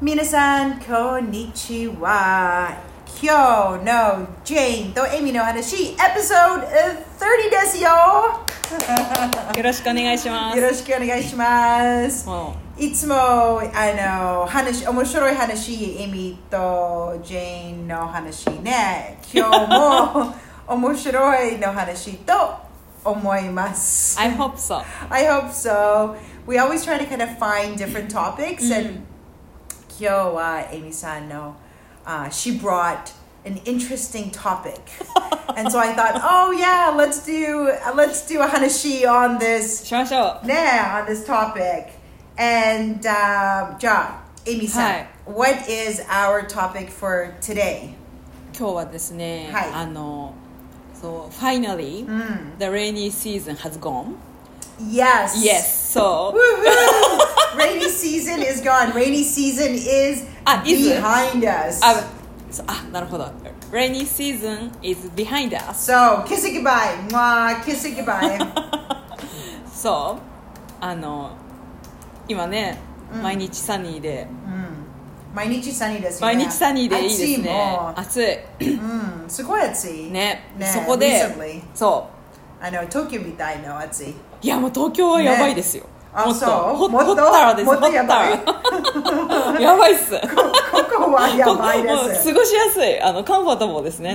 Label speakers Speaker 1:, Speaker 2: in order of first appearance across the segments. Speaker 1: 皆さん、こんにちは。今日のジェインとエミの話、エピソード30ですよ。
Speaker 2: よろしくお願いします。
Speaker 1: よろしくお願いします。
Speaker 2: も
Speaker 1: いつもあの話面白い話、エミとジェインの話ね。今日も面白いの話と思います
Speaker 2: う。I hope so.
Speaker 1: I hope so. We always try to kind of find different topics,
Speaker 2: Mm-hmm.
Speaker 1: and Kyo uh, Amy San no, uh, she brought an interesting topic, and so I thought, oh yeah, let's do uh, let's do a hanashi on this
Speaker 2: しましょう。
Speaker 1: nah, on this topic, and uh, ja Amy San,
Speaker 2: Hi.
Speaker 1: what is our topic for today?
Speaker 2: 今日はですね、
Speaker 1: はい
Speaker 2: あの、そう、finally、the rainy season has gone.
Speaker 1: Yes.
Speaker 2: Yes, so
Speaker 1: Woohoo! Rainy season is gone. Rainy season is
Speaker 2: Ah, is it? Ah,
Speaker 1: behind us.
Speaker 2: あ、そうあ、なるほど。rainy season is behind us.
Speaker 1: So kiss it goodbye. Mwah, kiss it goodbye.
Speaker 2: そう、あの、今ね、毎日サニーで、
Speaker 1: 毎日サニーですよね。
Speaker 2: 毎日サニーでいいです
Speaker 1: 暑い
Speaker 2: ね
Speaker 1: も。
Speaker 2: 暑い。
Speaker 1: ん。うん、すごい暑い。
Speaker 2: ね
Speaker 1: ね、
Speaker 2: そこで
Speaker 1: Hmm, recently、
Speaker 2: そう。
Speaker 1: あの、東京みたいな暑い。
Speaker 2: いやもう東京はやばいですよ、
Speaker 1: あ
Speaker 2: もっと
Speaker 1: そう
Speaker 2: ほ
Speaker 1: もっと
Speaker 2: ほったらです
Speaker 1: もっとやばい
Speaker 2: ほったら やばいっす
Speaker 1: ここ はやばいで
Speaker 2: もう
Speaker 1: す。
Speaker 2: 過ごしやすいあのカンファートもですね、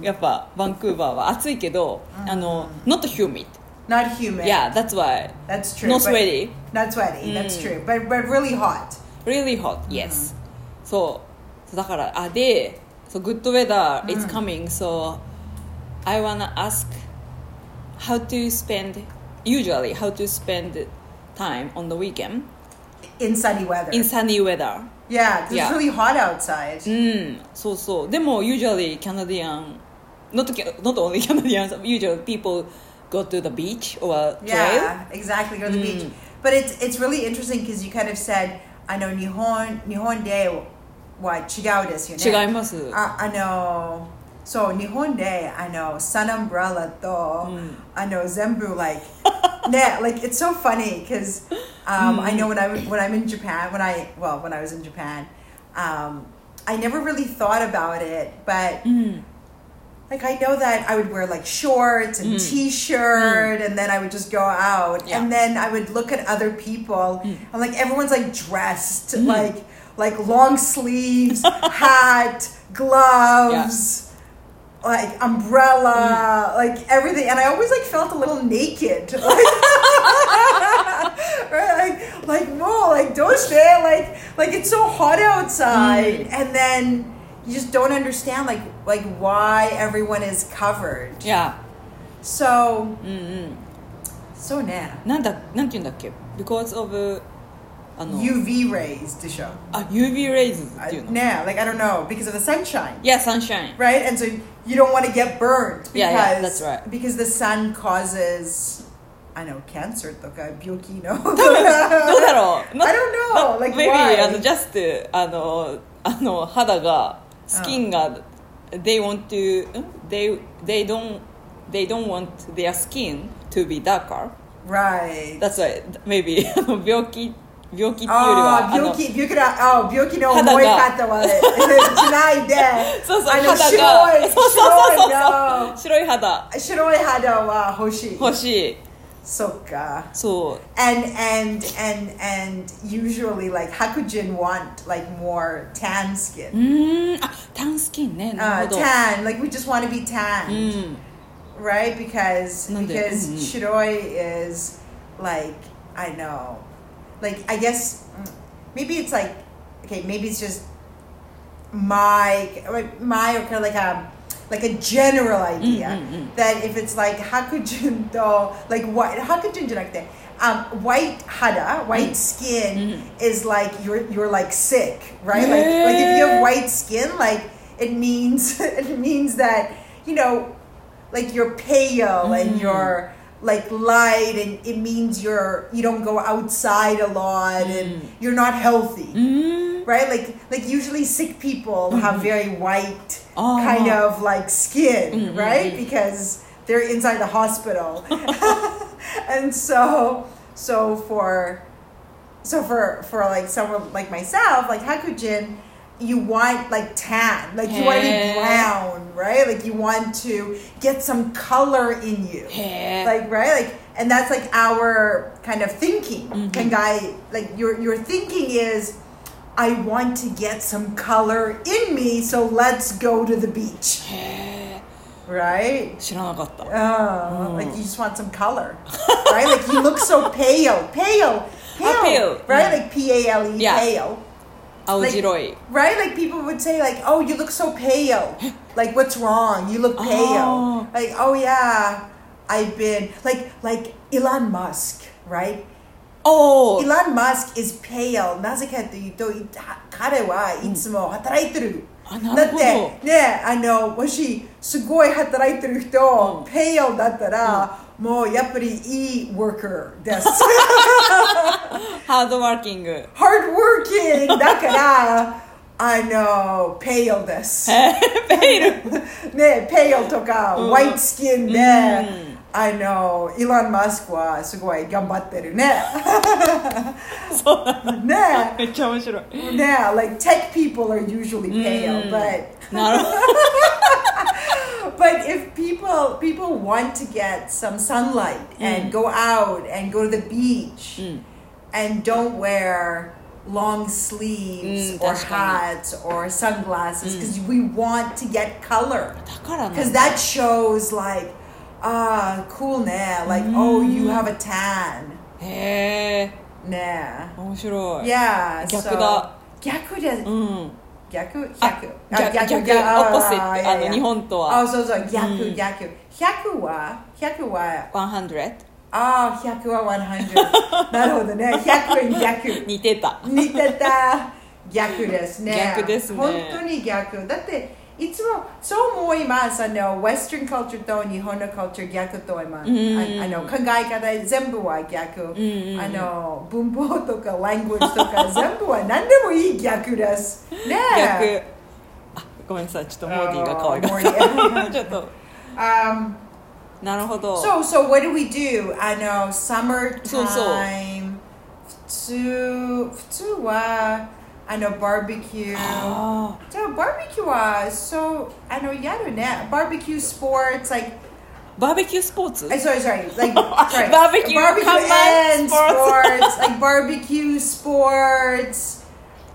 Speaker 2: やっぱバンクーバーは暑いけど、あの not humid
Speaker 1: Not humid.
Speaker 2: yeah that's why
Speaker 1: That's true.
Speaker 2: No
Speaker 1: but-
Speaker 2: sweaty. Mm.
Speaker 1: Not sweaty. That's true. But but really hot.
Speaker 2: really hot yes、そうだからあでそう good weather is coming、so I wanna ask how to spend usually how to spend time on the weekend
Speaker 1: In sunny weather.
Speaker 2: in sunny weather
Speaker 1: yeah, 'cause it's
Speaker 2: Yeah.
Speaker 1: really hot outside.
Speaker 2: うん、そうそう。でも、usually Canadian, not, Ca- not only Canadians, usually people go to the beach or trail.
Speaker 1: Yeah, exactly. Go to the beach. But it's it's really interesting because you kind of said, I know Nihon Nihon Day what Chigao desu
Speaker 2: 違います。
Speaker 1: ああのそう日本であのサンアンブララと、あの全部 like ね like it's so funny because um, I know when I when I'm in Japan when I well when I was in Japan um, I never really thought about it but like I know that I would wear like shorts and t-shirt and then I would just go out
Speaker 2: Yeah.
Speaker 1: and then I would look at other people and like everyone's like dressed like like long sleeves, hat, gloves, like umbrella, like everything and I always like felt a little naked. Like, right? like like no, like don't stay like like it's so hot outside and then you just don't understand like like why everyone is covered.
Speaker 2: いや、
Speaker 1: So
Speaker 2: うんうん。
Speaker 1: so nah.
Speaker 2: なんだ、なんて言うんだっけ ?because of, あの、
Speaker 1: UV rays to show.
Speaker 2: あ、UV rays っ
Speaker 1: I,
Speaker 2: ていうの。
Speaker 1: nah, like I don't know, because of the sunshine.
Speaker 2: Yeah, sunshine.
Speaker 1: Right? And so you don't want to get burned because
Speaker 2: Yeah, yeah, that's right.
Speaker 1: because the sun causes I know cancer to ka byoki no.
Speaker 2: どうだろう
Speaker 1: I don't know,
Speaker 2: not-
Speaker 1: like,
Speaker 2: maybe,
Speaker 1: why?
Speaker 2: あの、just, あの、あの、肌が、スキンが、they want to, ん they, they don't, they don't want their skin to be darker.
Speaker 1: right.
Speaker 2: That's why, maybe, あの、病気、病気
Speaker 1: Oh,
Speaker 2: っていうよりは、
Speaker 1: あー病気病気だあー病気の思
Speaker 2: 肌が
Speaker 1: い方はね しないで
Speaker 2: そうそう、
Speaker 1: あの
Speaker 2: 肌が、
Speaker 1: 白い
Speaker 2: そうそうそう
Speaker 1: 白い
Speaker 2: そう、白い肌、
Speaker 1: の白い肌は欲しい
Speaker 2: 欲しい。
Speaker 1: そっか
Speaker 2: そう、
Speaker 1: and and and and usually like Hakujin want like more tan
Speaker 2: う
Speaker 1: skin
Speaker 2: ーん、あ、タンスキンね、な
Speaker 1: uh,
Speaker 2: るほど。
Speaker 1: tan like we just want to be
Speaker 2: う
Speaker 1: tan
Speaker 2: ん、
Speaker 1: right because
Speaker 2: なんで？
Speaker 1: because
Speaker 2: うんうん。
Speaker 1: shiroi is like I know like I guess mm, maybe it's like okay maybe it's just my like, my or kind of like a like a general idea
Speaker 2: うんうんうん。
Speaker 1: that if it's like hakujin though like what hakujin じゃなくて um, white hada white skin is like you're you're like sick right like like if you have
Speaker 2: へー。
Speaker 1: white skin like it means it means that you know like you're pale and you're like light and it means you're you don't go outside a lot and you're not healthy
Speaker 2: うーん、
Speaker 1: right like like usually sick people have very white
Speaker 2: Ah.
Speaker 1: kind of like skin
Speaker 2: Mm, mm,
Speaker 1: right because they're inside the hospital and so so for So for for like someone like myself, like Hakujin, you want like tan, like you want to be
Speaker 2: Yeah.
Speaker 1: brown, right? Like you want to get some color in you,
Speaker 2: へえ
Speaker 1: like right, like and that's like our kind of thinking.
Speaker 2: Mm-hmm.
Speaker 1: Can guy like your your thinking is. I want to get some color in me, so let's go to the beach,
Speaker 2: へえ
Speaker 1: right?
Speaker 2: 知らなかった Mm.
Speaker 1: Oh, like you just want some color, right? like you look so pale, pale, pale,
Speaker 2: Ah, pale,
Speaker 1: right?
Speaker 2: yeah.
Speaker 1: Like P A L E,
Speaker 2: Yeah.
Speaker 1: pale,
Speaker 2: 青白い
Speaker 1: right? Like people would say, like, oh, you look so pale. Like, what's wrong? You look pale.
Speaker 2: Oh.
Speaker 1: Like, oh yeah, I've been like, like Elon Musk, right?
Speaker 2: おお
Speaker 1: Elon Musk is pale. なぜかというと、い彼はいつも働いてる。
Speaker 2: あな
Speaker 1: だっ
Speaker 2: るほど
Speaker 1: て、ね、あの、もし、すごい働いてる人、pale だったら、もうやっぱりいい worker です。
Speaker 2: ハードワーキング
Speaker 1: hardworking だから、あの、pale です。 ね、pale とか、white skin で、あの、イラン・マスクはすごい頑張ってるね。
Speaker 2: そうなんだ
Speaker 1: ね。
Speaker 2: めっちゃ面白い
Speaker 1: Yeah, like tech people are usually pale,
Speaker 2: Mm.
Speaker 1: but
Speaker 2: なるほど
Speaker 1: but if people people want to get some sunlight
Speaker 2: Mm.
Speaker 1: and go out and go to the beach and don't wear long sleeves
Speaker 2: Mm,
Speaker 1: or
Speaker 2: that's funny. Mm.
Speaker 1: hats or sunglasses because we want to get color
Speaker 2: だからな
Speaker 1: because
Speaker 2: んだ
Speaker 1: that shows like ah cool nah like oh
Speaker 2: Mm.
Speaker 1: you have a tan
Speaker 2: へえ
Speaker 1: nah
Speaker 2: 面白い
Speaker 1: yeah so
Speaker 2: 逆だ。
Speaker 1: 逆です
Speaker 2: うん
Speaker 1: 逆
Speaker 2: あ
Speaker 1: 100
Speaker 2: 逆逆オポシットあの日本とは
Speaker 1: あそうそう逆逆100は100は
Speaker 2: 100
Speaker 1: あ100は100 なるほどね100に逆
Speaker 2: 似てた
Speaker 1: 似てた逆ですね
Speaker 2: 逆ですね
Speaker 1: 本当に逆だっていつもそう思いますあのウェスタンカルチャーと日本のカルチャー逆と今ああ
Speaker 2: ん
Speaker 1: の考え方全部は逆
Speaker 2: んうん
Speaker 1: あの文法とか language とか全部は何でもいい逆ですね
Speaker 2: 逆あごめんなさいちょっとモーディが可愛 かったちょっと
Speaker 1: Oh, Um,
Speaker 2: なるほど
Speaker 1: so, so what do we do? I know summertime.
Speaker 2: そうそう
Speaker 1: 普通-普通は uh, I know barbecue.
Speaker 2: あ
Speaker 1: So barbecue was so I know yaru barbecue sports like
Speaker 2: ーバーベキュースポーツ
Speaker 1: uh, sorry sorry like sorry.
Speaker 2: Barbecue, come on,
Speaker 1: and
Speaker 2: sports.
Speaker 1: sports like barbecue sports.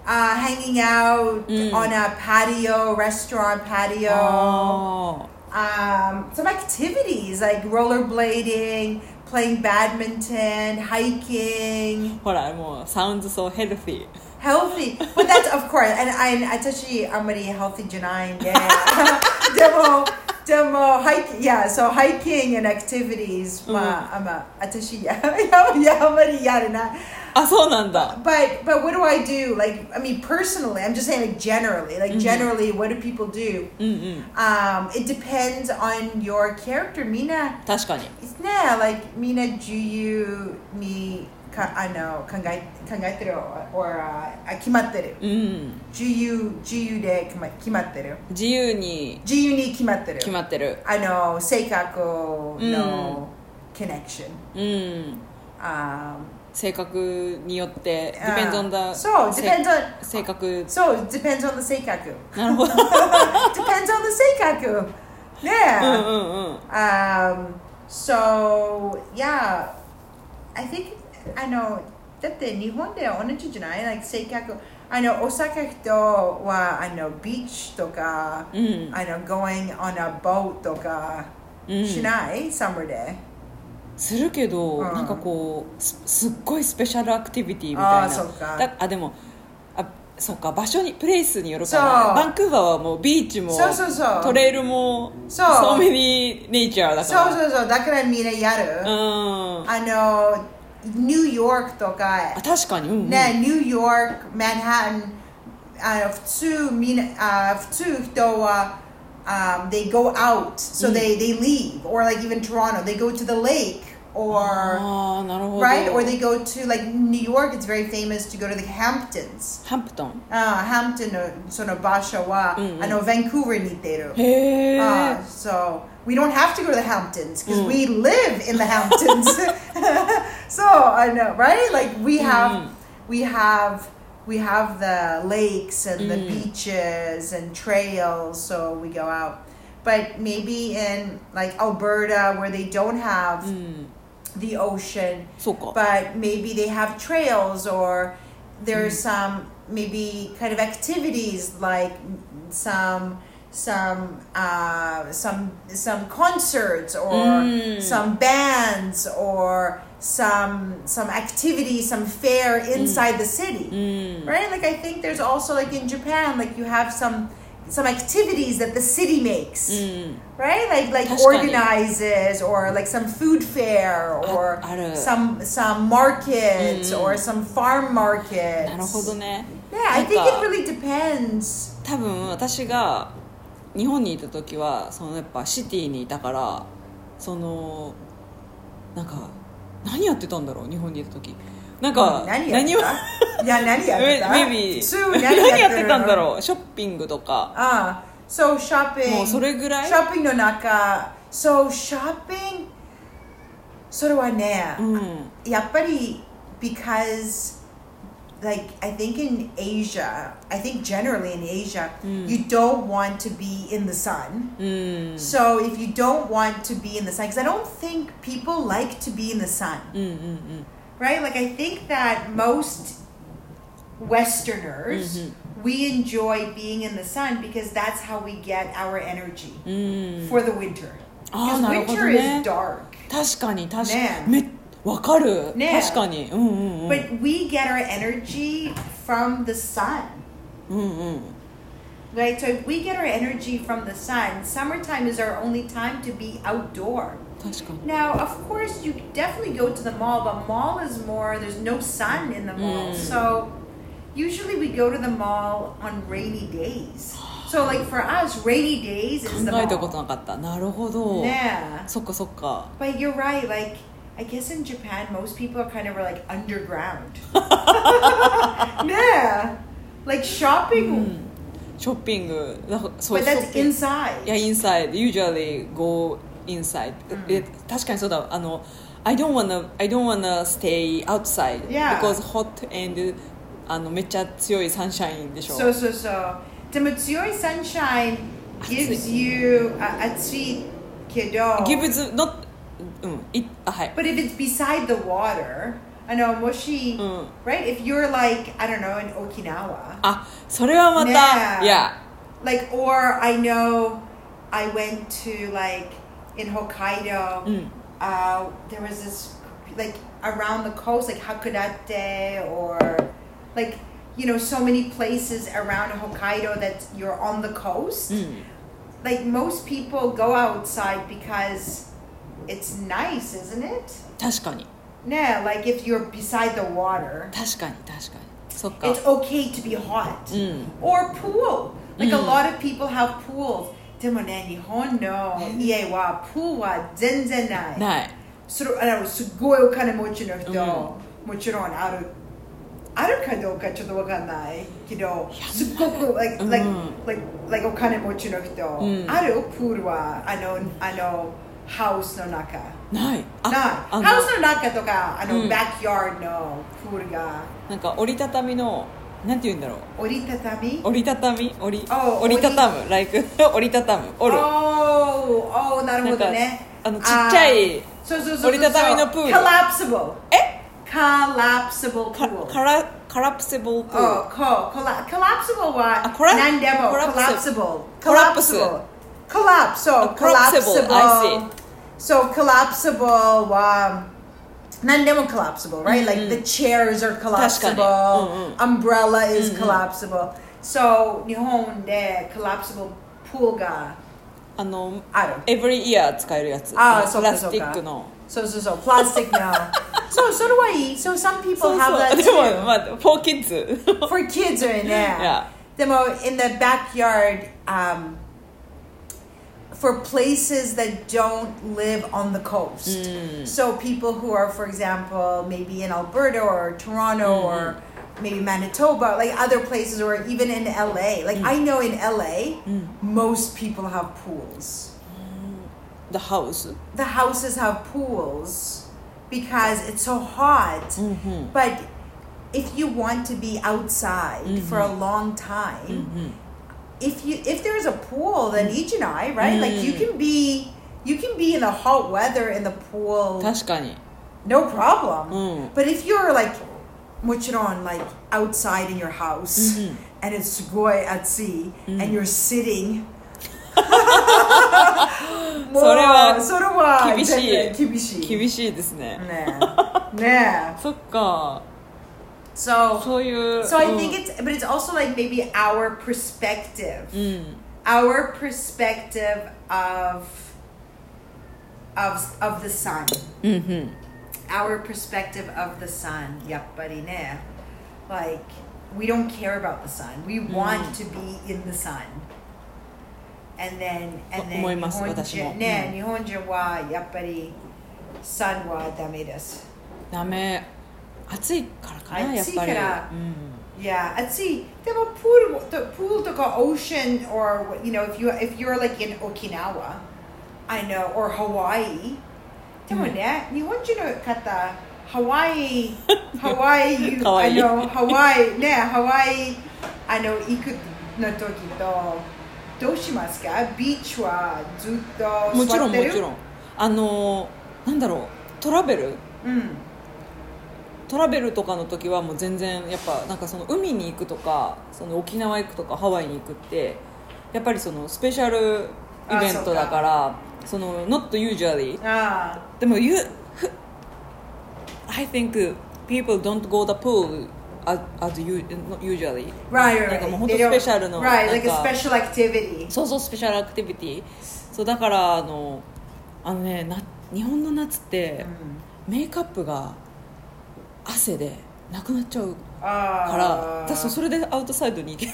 Speaker 1: Uh, hanging out
Speaker 2: Mm.
Speaker 1: on a patio, restaurant patio.
Speaker 2: Oh. あ
Speaker 1: um, some activities like rollerblading, playing badminton, hiking,
Speaker 2: ーほらもうサウンズそうヘルフィー
Speaker 1: healthy. But that's of course, and I, I actually I'm already healthy janine. Yeah, demo, demo, hike. Yeah, so hiking and activities. Ma, I'm a, actually, yeah, yeah, yeah, I'm already yeah, nah.
Speaker 2: あそうなんだ
Speaker 1: But but what do I do? Like I mean, personally, I'm just saying like generally, like generally, what do people do?
Speaker 2: うんうん
Speaker 1: Um, it depends on your character, Mina.
Speaker 2: 確かに
Speaker 1: Yeah, like Mina, do you ni ka, ano kangai kangaiteru or uh, kimatteru?
Speaker 2: うん
Speaker 1: Do you do you de kima- kimatteru?
Speaker 2: 自由に
Speaker 1: Do you ni kimatteru?
Speaker 2: 決まってる
Speaker 1: Ano seikaku no connection.
Speaker 2: うん
Speaker 1: Um,
Speaker 2: 性格によってデ
Speaker 1: ah,
Speaker 2: ィペンドンだ
Speaker 1: So depends on
Speaker 2: 性格
Speaker 1: so depends on the seikaku.
Speaker 2: なるほど
Speaker 1: depends on the seikaku.
Speaker 2: う
Speaker 1: Yeah.
Speaker 2: んうんうん
Speaker 1: Um, so yeah, I think I know that the Nihon de onachi janai like seikaku. I know Osaka to wa I know beach toka.
Speaker 2: うん
Speaker 1: I know going on a boat toka
Speaker 2: うん
Speaker 1: shinai summer day.
Speaker 2: するけど、
Speaker 1: うん
Speaker 2: なんかこうすすっごいスペシャルアクティビティみたいな
Speaker 1: あーそっか
Speaker 2: だあでもあそっか場所にプレイスによるか
Speaker 1: そう
Speaker 2: らバンクーバーはもうビーチも
Speaker 1: そうそうそう
Speaker 2: トレイルも
Speaker 1: そう
Speaker 2: so many nature だから
Speaker 1: So so so だからみんなやる。
Speaker 2: うんあ
Speaker 1: あの New York とか
Speaker 2: 確かにうん、うん、
Speaker 1: ね、ニューヨーク、マンハッタン、あの普通みんな、あ普通人は、um, they go out, so they, they leave, or like even Toronto, they go to the lake,
Speaker 2: あ
Speaker 1: or,
Speaker 2: ーなるほど
Speaker 1: right? Or they go to, like, New York, it's very famous to go to the Hamptons. Ah, uh,
Speaker 2: ハンプトン
Speaker 1: あハンプトンのその場所は、
Speaker 2: うんうん
Speaker 1: あの、バンクーバーに似てる。
Speaker 2: へえ、
Speaker 1: Uh, so we don't have to go to the Hamptons because
Speaker 2: Mm.
Speaker 1: we live in the Hamptons. so I know, right? Like we have,
Speaker 2: Mm.
Speaker 1: we we have we have the lakes and
Speaker 2: Mm.
Speaker 1: the beaches and trails, so we go out. But maybe in like Alberta where they don't have
Speaker 2: Mm.
Speaker 1: the ocean,
Speaker 2: そうか
Speaker 1: but maybe they have trails or there's some maybe kind of activities like some some uh, some some concerts or
Speaker 2: Mm.
Speaker 1: some bands or some some activity some fair inside the city right like i think there's also like in japan like you have some some activities that the city makes right like like
Speaker 2: 確かに。
Speaker 1: organizes or like some food fair or
Speaker 2: ある。
Speaker 1: some some markets or some farm
Speaker 2: なるほ
Speaker 1: markets
Speaker 2: どね
Speaker 1: yeah i
Speaker 2: なん
Speaker 1: think it
Speaker 2: か
Speaker 1: really depends
Speaker 2: 多分私が日本にいた時はそのやっぱシティにいたからそのなんか何やってたんだろう日本にいた時なんか
Speaker 1: 何や
Speaker 2: 何も
Speaker 1: いや何やってた
Speaker 2: maybe
Speaker 1: 普通
Speaker 2: 何やってたんだ
Speaker 1: う
Speaker 2: ろうショッピングとか
Speaker 1: ああ Ah, so shopping
Speaker 2: もうそれぐらい
Speaker 1: ショッピングの中 so shopping それはね、
Speaker 2: うん
Speaker 1: やっぱり because like I think in Asia, I think generally in Asia, you don't want to be in the sun.
Speaker 2: うん
Speaker 1: So if you don't want to be in the sun, because I don't think people like to be in the sun,
Speaker 2: うんうん
Speaker 1: right? Like I think that most Westerners we enjoy being in the sun because that's how we get our energy
Speaker 2: うんうん
Speaker 1: for the winter.
Speaker 2: あー
Speaker 1: Because
Speaker 2: なるほど
Speaker 1: winter is
Speaker 2: ね
Speaker 1: dark.
Speaker 2: 確かに確か
Speaker 1: ねえ
Speaker 2: にめわかる
Speaker 1: ねえ
Speaker 2: 確かにうんうんうん
Speaker 1: But we get our energy from the sun.
Speaker 2: うんうん
Speaker 1: Right? So if we get our energy from the sun, summertime is our only time to be outdoor.
Speaker 2: 確かに
Speaker 1: Now, of course, you definitely go to the mall, but mall is more, there's no sun in the mall.
Speaker 2: Mm.
Speaker 1: So usually we go to the mall on rainy days. So, like for us, rainy days is the
Speaker 2: 考えたことな
Speaker 1: mall.
Speaker 2: かったなるほど
Speaker 1: Yeah.
Speaker 2: そっかそっか
Speaker 1: But you're right, like, I guess in Japan, most people are kind of like underground. yeah. Like shopping,
Speaker 2: ショッピングだそう
Speaker 1: but
Speaker 2: ショッ
Speaker 1: that's
Speaker 2: ピング
Speaker 1: inside.
Speaker 2: いやインサイド usually go inside、え確かにそうだあの I don't wanna I don't wanna stay outside、
Speaker 1: Yeah.
Speaker 2: because hot and あのめっちゃ強いサンシャインでしょ
Speaker 1: So so so. The Matsuri sunshine gives
Speaker 2: 暑い。
Speaker 1: you uh, atsui kedo.
Speaker 2: gives not うんいあはい
Speaker 1: But if it's beside the water, I know moshi,
Speaker 2: Mm.
Speaker 1: right? If you're like I don't know in Okinawa,
Speaker 2: あそれはま
Speaker 1: ね
Speaker 2: た、
Speaker 1: え
Speaker 2: いや
Speaker 1: like or I know I went to like in Hokkaido.
Speaker 2: うん
Speaker 1: Uh, there was this like around the coast, like Hakodate or like you know so many places around Hokkaido that you're on the coast.
Speaker 2: うん
Speaker 1: like most people go outside because it's nice, isn't it?
Speaker 2: 確かに
Speaker 1: No, like if you're beside the water,
Speaker 2: 確かに確かにそっか
Speaker 1: it's okay to be hot
Speaker 2: うん
Speaker 1: or pool. Like a lot of people have pools. oh でもね、日本の家はプールは全然ない。
Speaker 2: ない
Speaker 1: それあのすごいお金持ちの人、もちろんあるあるかどうかちょっとわかんないけどすっごく like,
Speaker 2: うん
Speaker 1: like, like, like お金持ちの人、
Speaker 2: うん
Speaker 1: あるプールはあのあのハウスの中
Speaker 2: ないあ
Speaker 1: ない
Speaker 2: あの
Speaker 1: ハウスの中とかあの、
Speaker 2: うん
Speaker 1: バックヤードのプールが
Speaker 2: なんか折りたたみのなんて言うんだろう
Speaker 1: 折りたたみ
Speaker 2: 折りたたみ折り
Speaker 1: Oh,
Speaker 2: 折りたたむ like 折りたたむ折る
Speaker 1: おーおーなるほど
Speaker 2: なん
Speaker 1: ね
Speaker 2: かあのちっちゃ
Speaker 1: あ
Speaker 2: い
Speaker 1: ーそうそうそうそう
Speaker 2: 折りたたみのプール
Speaker 1: collapsible
Speaker 2: え
Speaker 1: collapsible プ
Speaker 2: か
Speaker 1: ール
Speaker 2: からカラプセブルプール
Speaker 1: Oh, co- colla- collapsible は
Speaker 2: あコラ
Speaker 1: 何でも collapsible
Speaker 2: collapsible
Speaker 1: collapsible collapse so
Speaker 2: Oh, collapsible, I
Speaker 1: collapsible so collapsible は何でも collapsible right like the chairs are
Speaker 2: 確かに。
Speaker 1: collapsible umbrella is collapsible so 日本で collapsible pool が
Speaker 2: あの
Speaker 1: ある
Speaker 2: every year 使えるやつ
Speaker 1: あー
Speaker 2: の
Speaker 1: そうかそうか
Speaker 2: プラスティックの
Speaker 1: そうそうそうプラスチック なそうそれはいい so some
Speaker 2: そ
Speaker 1: people
Speaker 2: う
Speaker 1: have
Speaker 2: そ
Speaker 1: that
Speaker 2: うで
Speaker 1: too
Speaker 2: もまあ for kids
Speaker 1: for kids right now.
Speaker 2: Yeah.
Speaker 1: Demo in the backyard, um, for places that don't live on the coast. So people who are, for example, maybe in Alberta or Toronto or maybe Manitoba, like other places, or even in LA. Like I know in LA, most people have pools
Speaker 2: the house
Speaker 1: the houses have pools because it's so hot. But if you want to be outside for a long time, if you if there's a pool, then each and I, right? Like you can be you can be in the hot weather in the pool,
Speaker 2: 確かに
Speaker 1: no problem.
Speaker 2: Mm.
Speaker 1: But if you're like, もちろん like outside in your house and it's sugoi at sea and you're sitting. もう
Speaker 2: それは
Speaker 1: それは
Speaker 2: 厳しい。
Speaker 1: 全然厳しい。
Speaker 2: 厳しいですね、
Speaker 1: ねえねえ
Speaker 2: そっか
Speaker 1: So,
Speaker 2: そういう、
Speaker 1: so I
Speaker 2: うん
Speaker 1: think it's, but it's also like maybe our perspective,
Speaker 2: うん、
Speaker 1: our perspective of, of, of the sun,
Speaker 2: うんうん、
Speaker 1: our perspective of the sun. Yep, buddy, ne. Like, we don't care about the sun. We want to be in the sun. And then, and then,
Speaker 2: 思います、
Speaker 1: 日本人-
Speaker 2: 私も。
Speaker 1: ねえ、日本人はやっぱり、sunはダメです。
Speaker 2: ダメ暑いからかなやっ
Speaker 1: 暑い
Speaker 2: ぱり
Speaker 1: から
Speaker 2: うん、
Speaker 1: Yeah, I'd see. There were pool, the pool to go ocean, or you know, if you if you're like in Okinawa, I know, or Hawaii. でもね、日本人の方、Hawaii, Hawaii,
Speaker 2: かわいい。
Speaker 1: I know, Hawaii, ね、Hawaii, あの、行くの時と、どうしますかビーチはずっと
Speaker 2: もちろ
Speaker 1: 座っ
Speaker 2: ん
Speaker 1: て
Speaker 2: も
Speaker 1: る
Speaker 2: ちろんあのーなんだろうトラベル
Speaker 1: うん。
Speaker 2: トラベルとかの時はもう全然やっぱなんかその海に行くとかその沖縄行くとかハワイに行くってやっぱりそのスペシャルイベントだからその not usually
Speaker 1: あ
Speaker 2: でも you I think people don't go the pool as, as u- not usually
Speaker 1: a right, right.
Speaker 2: なんかもう本
Speaker 1: They
Speaker 2: 当
Speaker 1: don't-
Speaker 2: スペシャルの
Speaker 1: Right, like
Speaker 2: な
Speaker 1: a
Speaker 2: んか
Speaker 1: special activity.
Speaker 2: そうそうスペシャルアクティビティそうだからあのあのねな日本の夏って
Speaker 1: Mm.
Speaker 2: メイクアップが汗でなくなっちゃう
Speaker 1: ああ。
Speaker 2: から私それでアウトサイドに行けな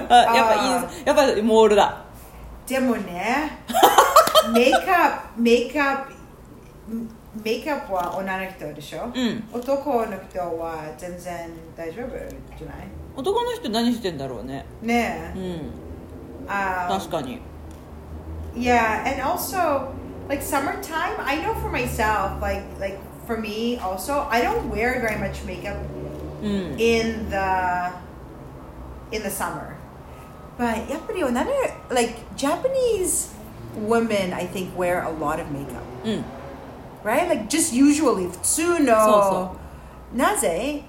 Speaker 2: いからやっぱ
Speaker 1: あ
Speaker 2: いいやっぱりモールだ
Speaker 1: でもねメイクアップメイクアップメイクアップは女の人でしょ、
Speaker 2: うん
Speaker 1: 男の人は全然大丈夫じゃない
Speaker 2: 男の人何してんだろうね
Speaker 1: ね
Speaker 2: う
Speaker 1: え、
Speaker 2: ん
Speaker 1: あ
Speaker 2: 確かに
Speaker 1: Um, Yeah, and also like summertime, I know for myself, like like for me also, I don't wear very much makeup
Speaker 2: うん
Speaker 1: in the in the summer. But やっぱり女の like Japanese women I think wear a lot of makeup.
Speaker 2: うん
Speaker 1: right? Like just usually 普通の
Speaker 2: そ
Speaker 1: なぜ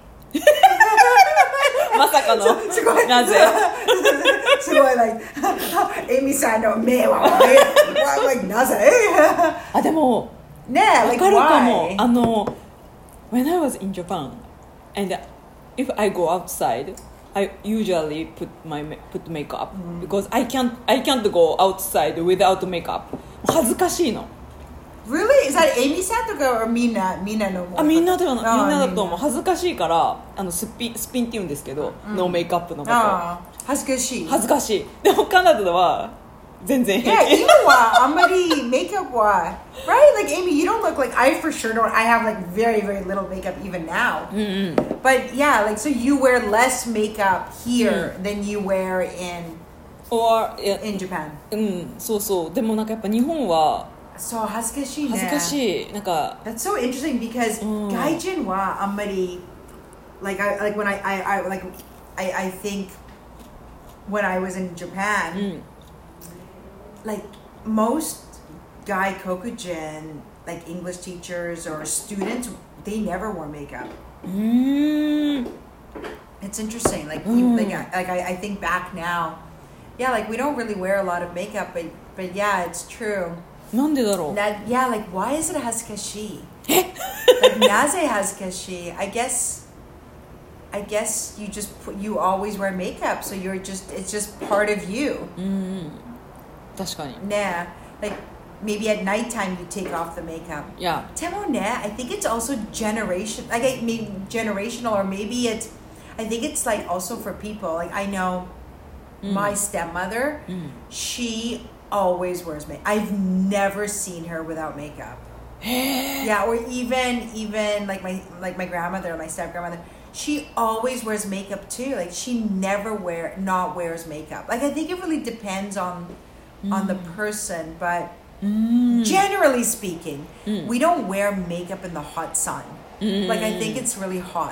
Speaker 2: まさ かの
Speaker 1: すごい
Speaker 2: なぜ
Speaker 1: すごい like エミさんの目は like な ぜ
Speaker 2: あでも
Speaker 1: ねえ
Speaker 2: わ
Speaker 1: like
Speaker 2: かるかも
Speaker 1: why
Speaker 2: あの When I was in Japan and if I go outside I usually put my ma- put makeup because I can't I can't go outside without makeup 恥ずかしいの
Speaker 1: really is that エミさんとか or みんなみんなの
Speaker 2: あみんなではない
Speaker 1: あ
Speaker 2: み
Speaker 1: ー
Speaker 2: んなだと思う恥ずかしいからあのスピンスピンって言うんですけど、ノーメイクアップのこと
Speaker 1: ああ恥ずかしい
Speaker 2: 恥ずかしいでもカナダでは全然平
Speaker 1: Yeah,
Speaker 2: 気
Speaker 1: you know what? I'm ready makeup why. Right? Like Amy, you don't look like I for sure don't I have like very, very little makeup even now. But yeah, like so you wear less makeup here than you wear in
Speaker 2: Or いや
Speaker 1: in Japan.
Speaker 2: うんそうそうでもなんかやっぱ日本は
Speaker 1: So Hazukashi.
Speaker 2: 恥ずかしいなんか
Speaker 1: That's so interesting because
Speaker 2: Mm.
Speaker 1: gaijin wa amari like I like when I I, I like I, I think when I was in Japan
Speaker 2: うん
Speaker 1: like most guy kokujin like english teachers or students they never wore makeup
Speaker 2: うーん
Speaker 1: it's interesting like you,
Speaker 2: Mm.
Speaker 1: like, I, like I, I think back now yeah like we don't really wear a lot of makeup but but yeah it's true
Speaker 2: なんでだろう
Speaker 1: that yeah like why is it hazukashi like naze hazukashi i guess i guess you just put you always wear makeup so you're just it's just part of you
Speaker 2: 確かに
Speaker 1: nah like maybe at nighttime you take off the makeup
Speaker 2: いや
Speaker 1: Temone, I think it's also generation, like I mean generational, or maybe it's, I think it's like also for people. Like I know, my stepmother, she always wears makeup. I've never seen her without makeup. yeah, or even even like my like my grandmother, my step grandmother, she always wears makeup too. Like she never wear not wears makeup. Like I think it really depends on on the person, but
Speaker 2: Mm.
Speaker 1: generally speaking, we don't wear makeup in the hot sun. Like I think it's really hot.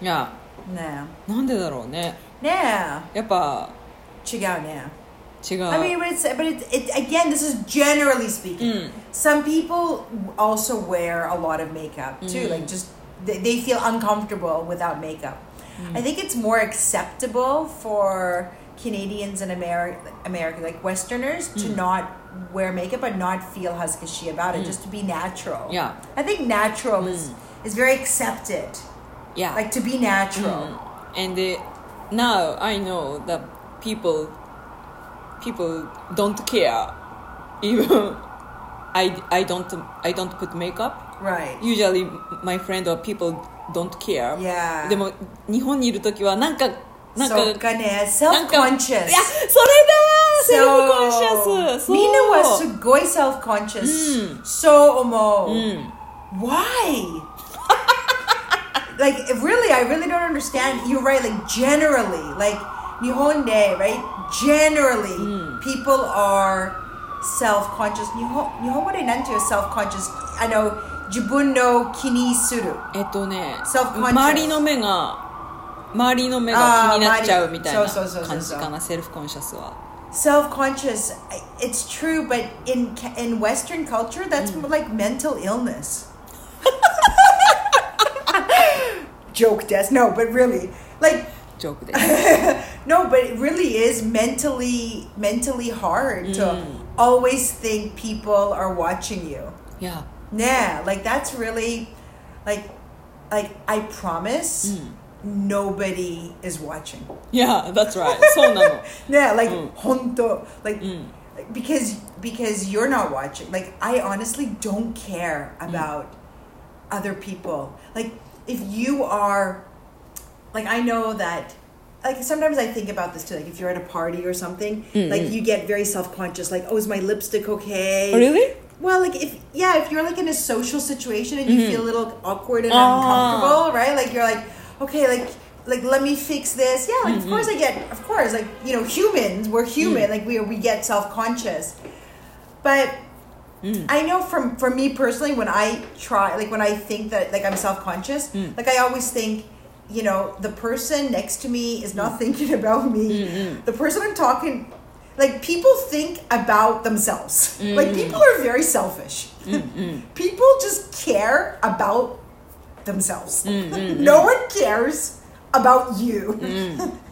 Speaker 2: いや
Speaker 1: ね
Speaker 2: なんでだろうね
Speaker 1: えね
Speaker 2: やっぱ
Speaker 1: え違うね
Speaker 2: 違う
Speaker 1: I mean, but it's but it's it again. This is generally speaking.
Speaker 2: Mm.
Speaker 1: Some people also wear a lot of makeup
Speaker 2: Mm.
Speaker 1: too. Like just they, they feel uncomfortable without makeup.
Speaker 2: Mm.
Speaker 1: I think it's more acceptable for Canadians and Ameri- American like Westerners to
Speaker 2: Mm.
Speaker 1: not wear makeup and not feel husky about it, just to be natural.
Speaker 2: Yeah.
Speaker 1: I think natural is is very accepted.
Speaker 2: yeah
Speaker 1: Like to be
Speaker 2: Mm.
Speaker 1: natural.
Speaker 2: and they, now I know that people people don't care even I, I don't I don't put makeup
Speaker 1: Right.
Speaker 2: usually my friend or people don't care
Speaker 1: Yeah.
Speaker 2: でも日本にいる時はなんかなんか
Speaker 1: so gonna
Speaker 2: なん
Speaker 1: self
Speaker 2: かいや
Speaker 1: conscious.
Speaker 2: それだセルフコンシャスそう
Speaker 1: Mina was sugoi self conscious. So omo. Why? like really, I really don't understand. You're right. Like generally, like Nihon Day, right? Generally, people are self conscious. Nihon Nihon de nanto self conscious. I know jibun no kini suru.
Speaker 2: えっとね
Speaker 1: Self-conscious
Speaker 2: 周りの目が周りの目が気になっちゃうみたい
Speaker 1: あー
Speaker 2: な
Speaker 1: 周りそうそうそうそう
Speaker 2: 感じかなセルフコンシャスは
Speaker 1: self conscious. It's true, but in Ca- in Western culture, that's more like mental illness. Joke, Des. No, but really, like
Speaker 2: ジョークです
Speaker 1: no, but it really is mentally mentally hard to always think people are watching you.
Speaker 2: いや
Speaker 1: Nah, like that's really like like I promise nobody is watching.
Speaker 2: いや that's right そうなの
Speaker 1: Yeah, like
Speaker 2: Mm.
Speaker 1: honto, like
Speaker 2: Mm.
Speaker 1: because because you're not watching. Like I honestly don't care
Speaker 2: Mm.
Speaker 1: about other people. Like if you are, like I know that. Like sometimes I think about this too. Like if you're at a party or something,
Speaker 2: Mm-hmm.
Speaker 1: like you get very self conscious. Like oh, is my lipstick okay?
Speaker 2: Oh, Really?
Speaker 1: Well, like if yeah, if you're like in a social situation and you
Speaker 2: Mm-hmm.
Speaker 1: feel a little awkward and
Speaker 2: Ah.
Speaker 1: uncomfortable, right? Like you're like, okay, like like let me fix this. Yeah, like of course I get, of course, like you know, humans, we're human. Like we we get self conscious, but I know from for me personally when I try, like when I think that like I'm self conscious, like I always think. You know, the person next to me is not thinking about me. The person I'm talking, like people think about themselves. Like people are very selfish. people just care about themselves. no one cares about you.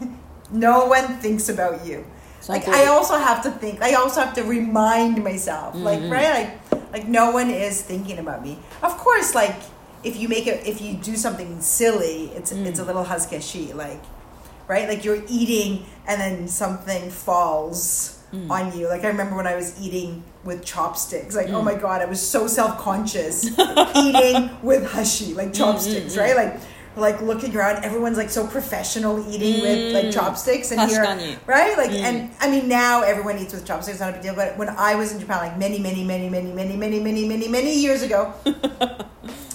Speaker 1: no one thinks about you.
Speaker 2: So
Speaker 1: Like
Speaker 2: good.
Speaker 1: I also have to think. I also have to remind myself. Like right, like like no one is thinking about me. Of course, like if you make it, if you do something silly, it's it's a little huskashi. Like right, like you're eating and then something falls on you. Like I remember when I was eating with chopsticks. Like oh my god, I was so self conscious eating with hashi, like chopsticks. Right, like. Like looking around, everyone's like so professional eating with like chopsticks, and here,
Speaker 2: Hashikani.
Speaker 1: right? Like, and I mean, now everyone eats with chopsticks, it's not a big deal. But when I was in Japan, like many, many, many, many, many, many, many, many, many years ago,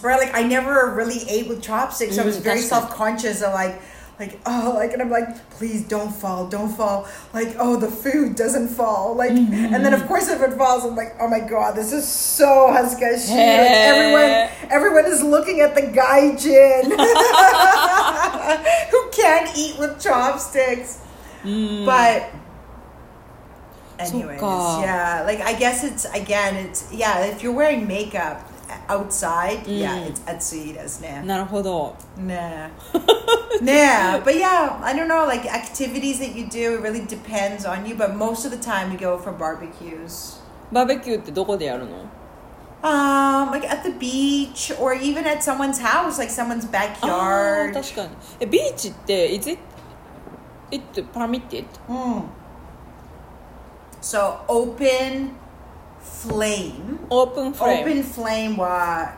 Speaker 1: right? Like, I never really ate with chopsticks. So I was
Speaker 2: Mm,
Speaker 1: very
Speaker 2: that's
Speaker 1: self conscious of like, like oh, like, and I'm like, please don't fall, don't fall. Like, oh, the food doesn't fall. Like,
Speaker 2: Mm-hmm.
Speaker 1: and then of course, if it falls, I'm like, oh my god, this is so hasukashi. Like, everyone, everyone is looking at the gaijin who can't eat with chopsticks.
Speaker 2: Mm.
Speaker 1: But anyways,
Speaker 2: Suka.
Speaker 1: yeah. Uh, Like I guess it's again, it's yeah. If you're wearing makeup outside, yeah, it's etsuidas, nah,
Speaker 2: なるほど
Speaker 1: nah, nah. But yeah, I don't know. Like activities that you do, it really depends on you. But most of the time, we go for barbecues.
Speaker 2: バーベキューってどこでやるの
Speaker 1: Um, like at the beach or even at someone's house, like someone's
Speaker 2: あー
Speaker 1: backyard.
Speaker 2: 確かにえビーチって is it it permitted
Speaker 1: Mm. So open flame.
Speaker 2: open frame
Speaker 1: Open flame was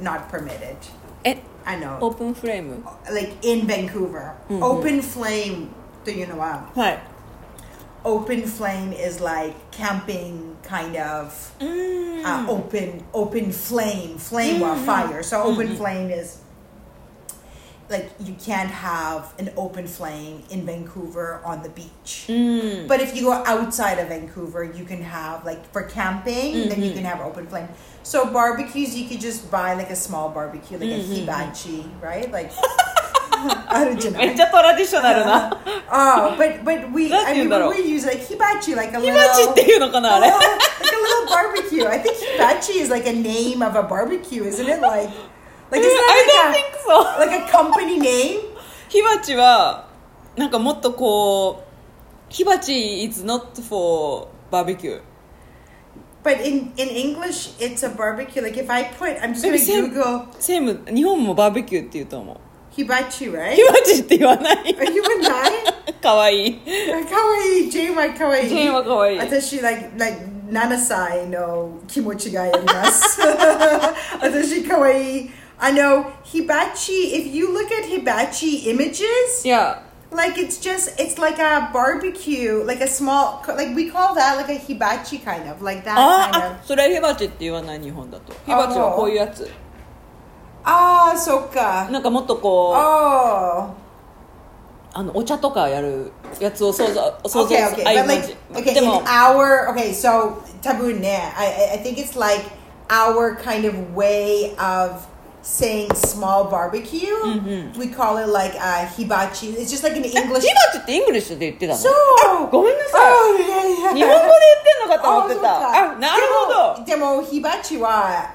Speaker 1: not permitted.
Speaker 2: え
Speaker 1: I know.
Speaker 2: open frame
Speaker 1: like in Vancouver. Open flame, do you know what?
Speaker 2: はい
Speaker 1: Open flame is like camping kind of
Speaker 2: うーん
Speaker 1: uh, open open flame. Flame was fire. So open flame is like you can't have an open flame in Vancouver on the beach.
Speaker 2: うーん
Speaker 1: But if you go outside of Vancouver, you can have like for camping, then you can have open flame. So barbecues, you could just buy like a small barbecue, like a hibachi, right? Like あるじゃな
Speaker 2: めっ
Speaker 1: い
Speaker 2: ちゃトラディショ ナルな
Speaker 1: oh, but but we
Speaker 2: That's
Speaker 1: I mean
Speaker 2: Yundaro.
Speaker 1: when we use like hibachi, like a
Speaker 2: ヒ
Speaker 1: little
Speaker 2: バチ っていうのかなあ
Speaker 1: a
Speaker 2: れ
Speaker 1: little- like a little barbecue. I think hibachi is like a name of a barbecue, isn't it? Like like is
Speaker 2: I
Speaker 1: that
Speaker 2: don't think so
Speaker 1: like a, like a company name?
Speaker 2: 火鉢はなんかもっとこう火鉢 is not for barbecue
Speaker 1: But in in English, it's a barbecue. Like if I put, I'm just gonna Google
Speaker 2: セーム日本もバーベキューって言うと思う
Speaker 1: hibachi,
Speaker 2: 火
Speaker 1: right?
Speaker 2: 鉢って言わない
Speaker 1: Are you and I?
Speaker 2: かわいい
Speaker 1: Kawaii, Jane wa kawaii.
Speaker 2: ジェーンは可愛い
Speaker 1: 私 like like 7歳の気持ちがあり ます。私可愛い。I know hibachi. If you look at hibachi images,
Speaker 2: いや
Speaker 1: like it's just it's like a barbecue, like a small like we call that like a hibachi kind of like that
Speaker 2: あ
Speaker 1: kind
Speaker 2: あ
Speaker 1: of.
Speaker 2: それは火鉢って言わない日本だと火鉢はこういうやつ
Speaker 1: ああ、そっか。
Speaker 2: なんかもっとこう
Speaker 1: あ
Speaker 2: あのお茶とかやるやつを想像
Speaker 1: あ。
Speaker 2: 想像
Speaker 1: Okay,
Speaker 2: す
Speaker 1: okay.
Speaker 2: る
Speaker 1: But
Speaker 2: あイメ
Speaker 1: like,
Speaker 2: ージ
Speaker 1: okay,
Speaker 2: で
Speaker 1: in
Speaker 2: も
Speaker 1: our okay, so taboo ne. I I- I think it's like our kind of way of saying small barbecue. We call it like a hibachi. It's just like an
Speaker 2: え火
Speaker 1: English.
Speaker 2: 鉢ってイングリッシュで言ってたの
Speaker 1: So
Speaker 2: ごめんなさい
Speaker 1: Oh yeah, yeah.
Speaker 2: 日本語で言ってんのか
Speaker 1: Oh,
Speaker 2: と思ってた
Speaker 1: あそうか
Speaker 2: あなるほど
Speaker 1: でもでもヒバチは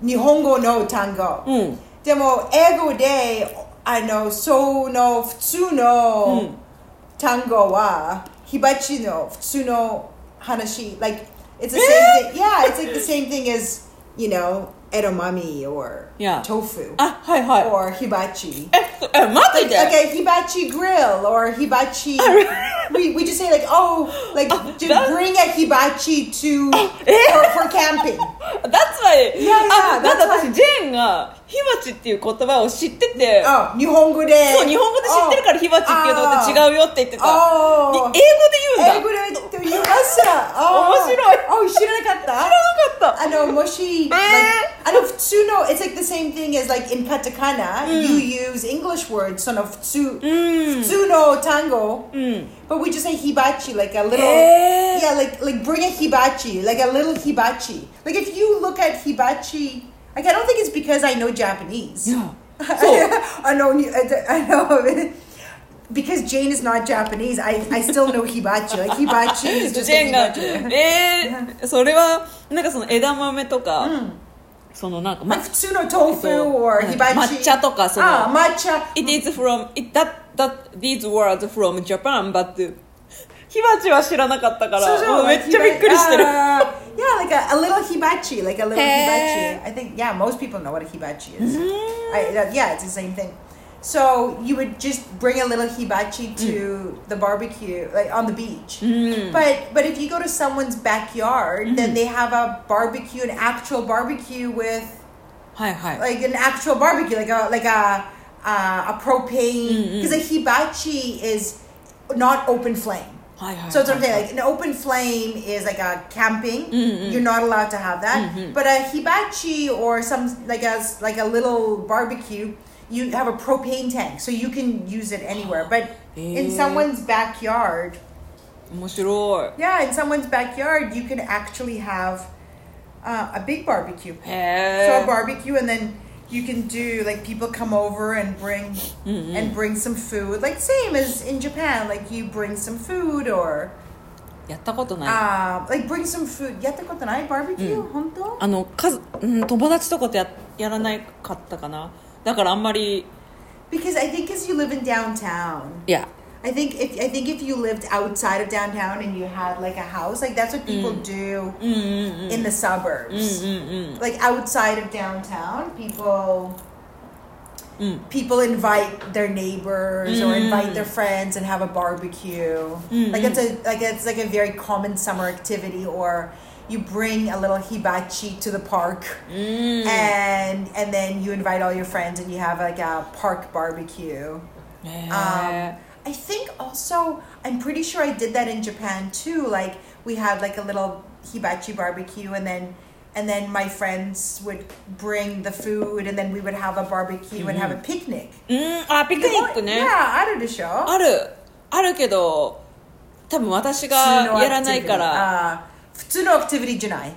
Speaker 1: 日本語の単語、
Speaker 2: うん
Speaker 1: でも英語であのその普通の単語は、ヒバチの普通の話 like it's the same thing yeah it's like the same thing as you know edamame or
Speaker 2: Yeah. Ah.
Speaker 1: tofu
Speaker 2: あはいはい
Speaker 1: or hibachi
Speaker 2: えそえマジで
Speaker 1: like a hibachi grill or hibachi. we, we just say like oh like just
Speaker 2: that-
Speaker 1: bring a hibachi to for, for camping.
Speaker 2: That's why
Speaker 1: Yeah, yeah,
Speaker 2: あだっ
Speaker 1: that's
Speaker 2: て
Speaker 1: why.
Speaker 2: 私ジェーンが火鉢っていう言葉を知ってて
Speaker 1: Oh, 日本語で。
Speaker 2: そう日本語で知ってるから火鉢っていう
Speaker 1: ah.
Speaker 2: のって違うよって言ってた
Speaker 1: あー
Speaker 2: に英語で言うんだ
Speaker 1: 英語で言いました。あー。
Speaker 2: 面白い。
Speaker 1: Oh, あ、知らなかった？
Speaker 2: 知らなかった
Speaker 1: あの、もし、
Speaker 2: えー。
Speaker 1: like、あの、普通の、it's like the same thing as like in katakana, you use English words, その普通、普通の単語。But we just say hibachi, like a little,
Speaker 2: えー。
Speaker 1: yeah, like like bring a hibachi, like a little hibachi. Like if you look at hibachi, like I don't think it's because I know Japanese.
Speaker 2: そう
Speaker 1: I know. you- I I know. Because Jane is not Japanese, I, I still know hibachi. Like hibachi is
Speaker 2: ジ
Speaker 1: just
Speaker 2: ェーン
Speaker 1: a
Speaker 2: が
Speaker 1: hibachi.
Speaker 2: えー、それはなんかその枝豆とか、そのなんか、ま、
Speaker 1: Like tsuno tofu or
Speaker 2: うん
Speaker 1: hibachi.
Speaker 2: 抹茶とかその
Speaker 1: Ah, matcha.
Speaker 2: It is from it that that these words from Japan but 火鉢は知らなかったからもうめ
Speaker 1: like
Speaker 2: っちゃびっく りしてる
Speaker 1: hibachi- ah, yeah, like a, a little hibachi, like a little
Speaker 2: へ
Speaker 1: hibachi.
Speaker 2: ー。
Speaker 1: I think yeah, most people know what a hibachi is.
Speaker 2: Mm-hmm.
Speaker 1: I, that, yeah, it's the same thing. So you would just bring a little
Speaker 2: Mm.
Speaker 1: hibachi to the barbecue, like on the beach. But but if you go to someone's backyard,
Speaker 2: Mm-hmm.
Speaker 1: then they have a barbecue, an actual barbecue with
Speaker 2: はいはい、
Speaker 1: like an actual barbecue, like a like a uh, a propane because a hibachi is not open flame.
Speaker 2: はいはい
Speaker 1: So it's okay. Like an open flame is like a camping. You're not allowed to have that. But a hibachi or some like a like a little barbecue, you have a propane tank, so you can use it anywhere. But in
Speaker 2: Eh.
Speaker 1: someone's backyard,
Speaker 2: 面白
Speaker 1: yeah, in someone's backyard, you can actually have uh, a big barbecue.
Speaker 2: い
Speaker 1: So a
Speaker 2: へえ
Speaker 1: barbecue, and then you can do like people come over and bring and bring some food. Like same as in Japan, like you bring some food or.
Speaker 2: やったことない、
Speaker 1: Um, like bring some food. やったことない barbecue? 本当？
Speaker 2: あのかず、うん、友達とかとややらないかったかなだからあんまり
Speaker 1: Because I think as you live in downtown,
Speaker 2: いや
Speaker 1: I think if I think if you lived outside of downtown and you had like a house, like that's what people do in the
Speaker 2: Mm-hmm.
Speaker 1: suburbs. Like outside of downtown, people people invite their neighbors or invite their friends and have a barbecue. Like it's a like it's like a very common summer activity or you bring a little hibachi to the park and and then you invite all your friends and you have like a park barbecue.
Speaker 2: へ
Speaker 1: Um,
Speaker 2: え
Speaker 1: I think also, I'm pretty sure I did that in Japan too. Like we had like a little hibachi barbecue, and then and then my friends would bring the food, and then we would have a barbecue and have a picnic.
Speaker 2: うんあピクニック Mm-hmm. ね Oh
Speaker 1: Yeah, I do the show.
Speaker 2: あるあるけど多分私がやらないから
Speaker 1: Uh, 普通のアクティビティじゃない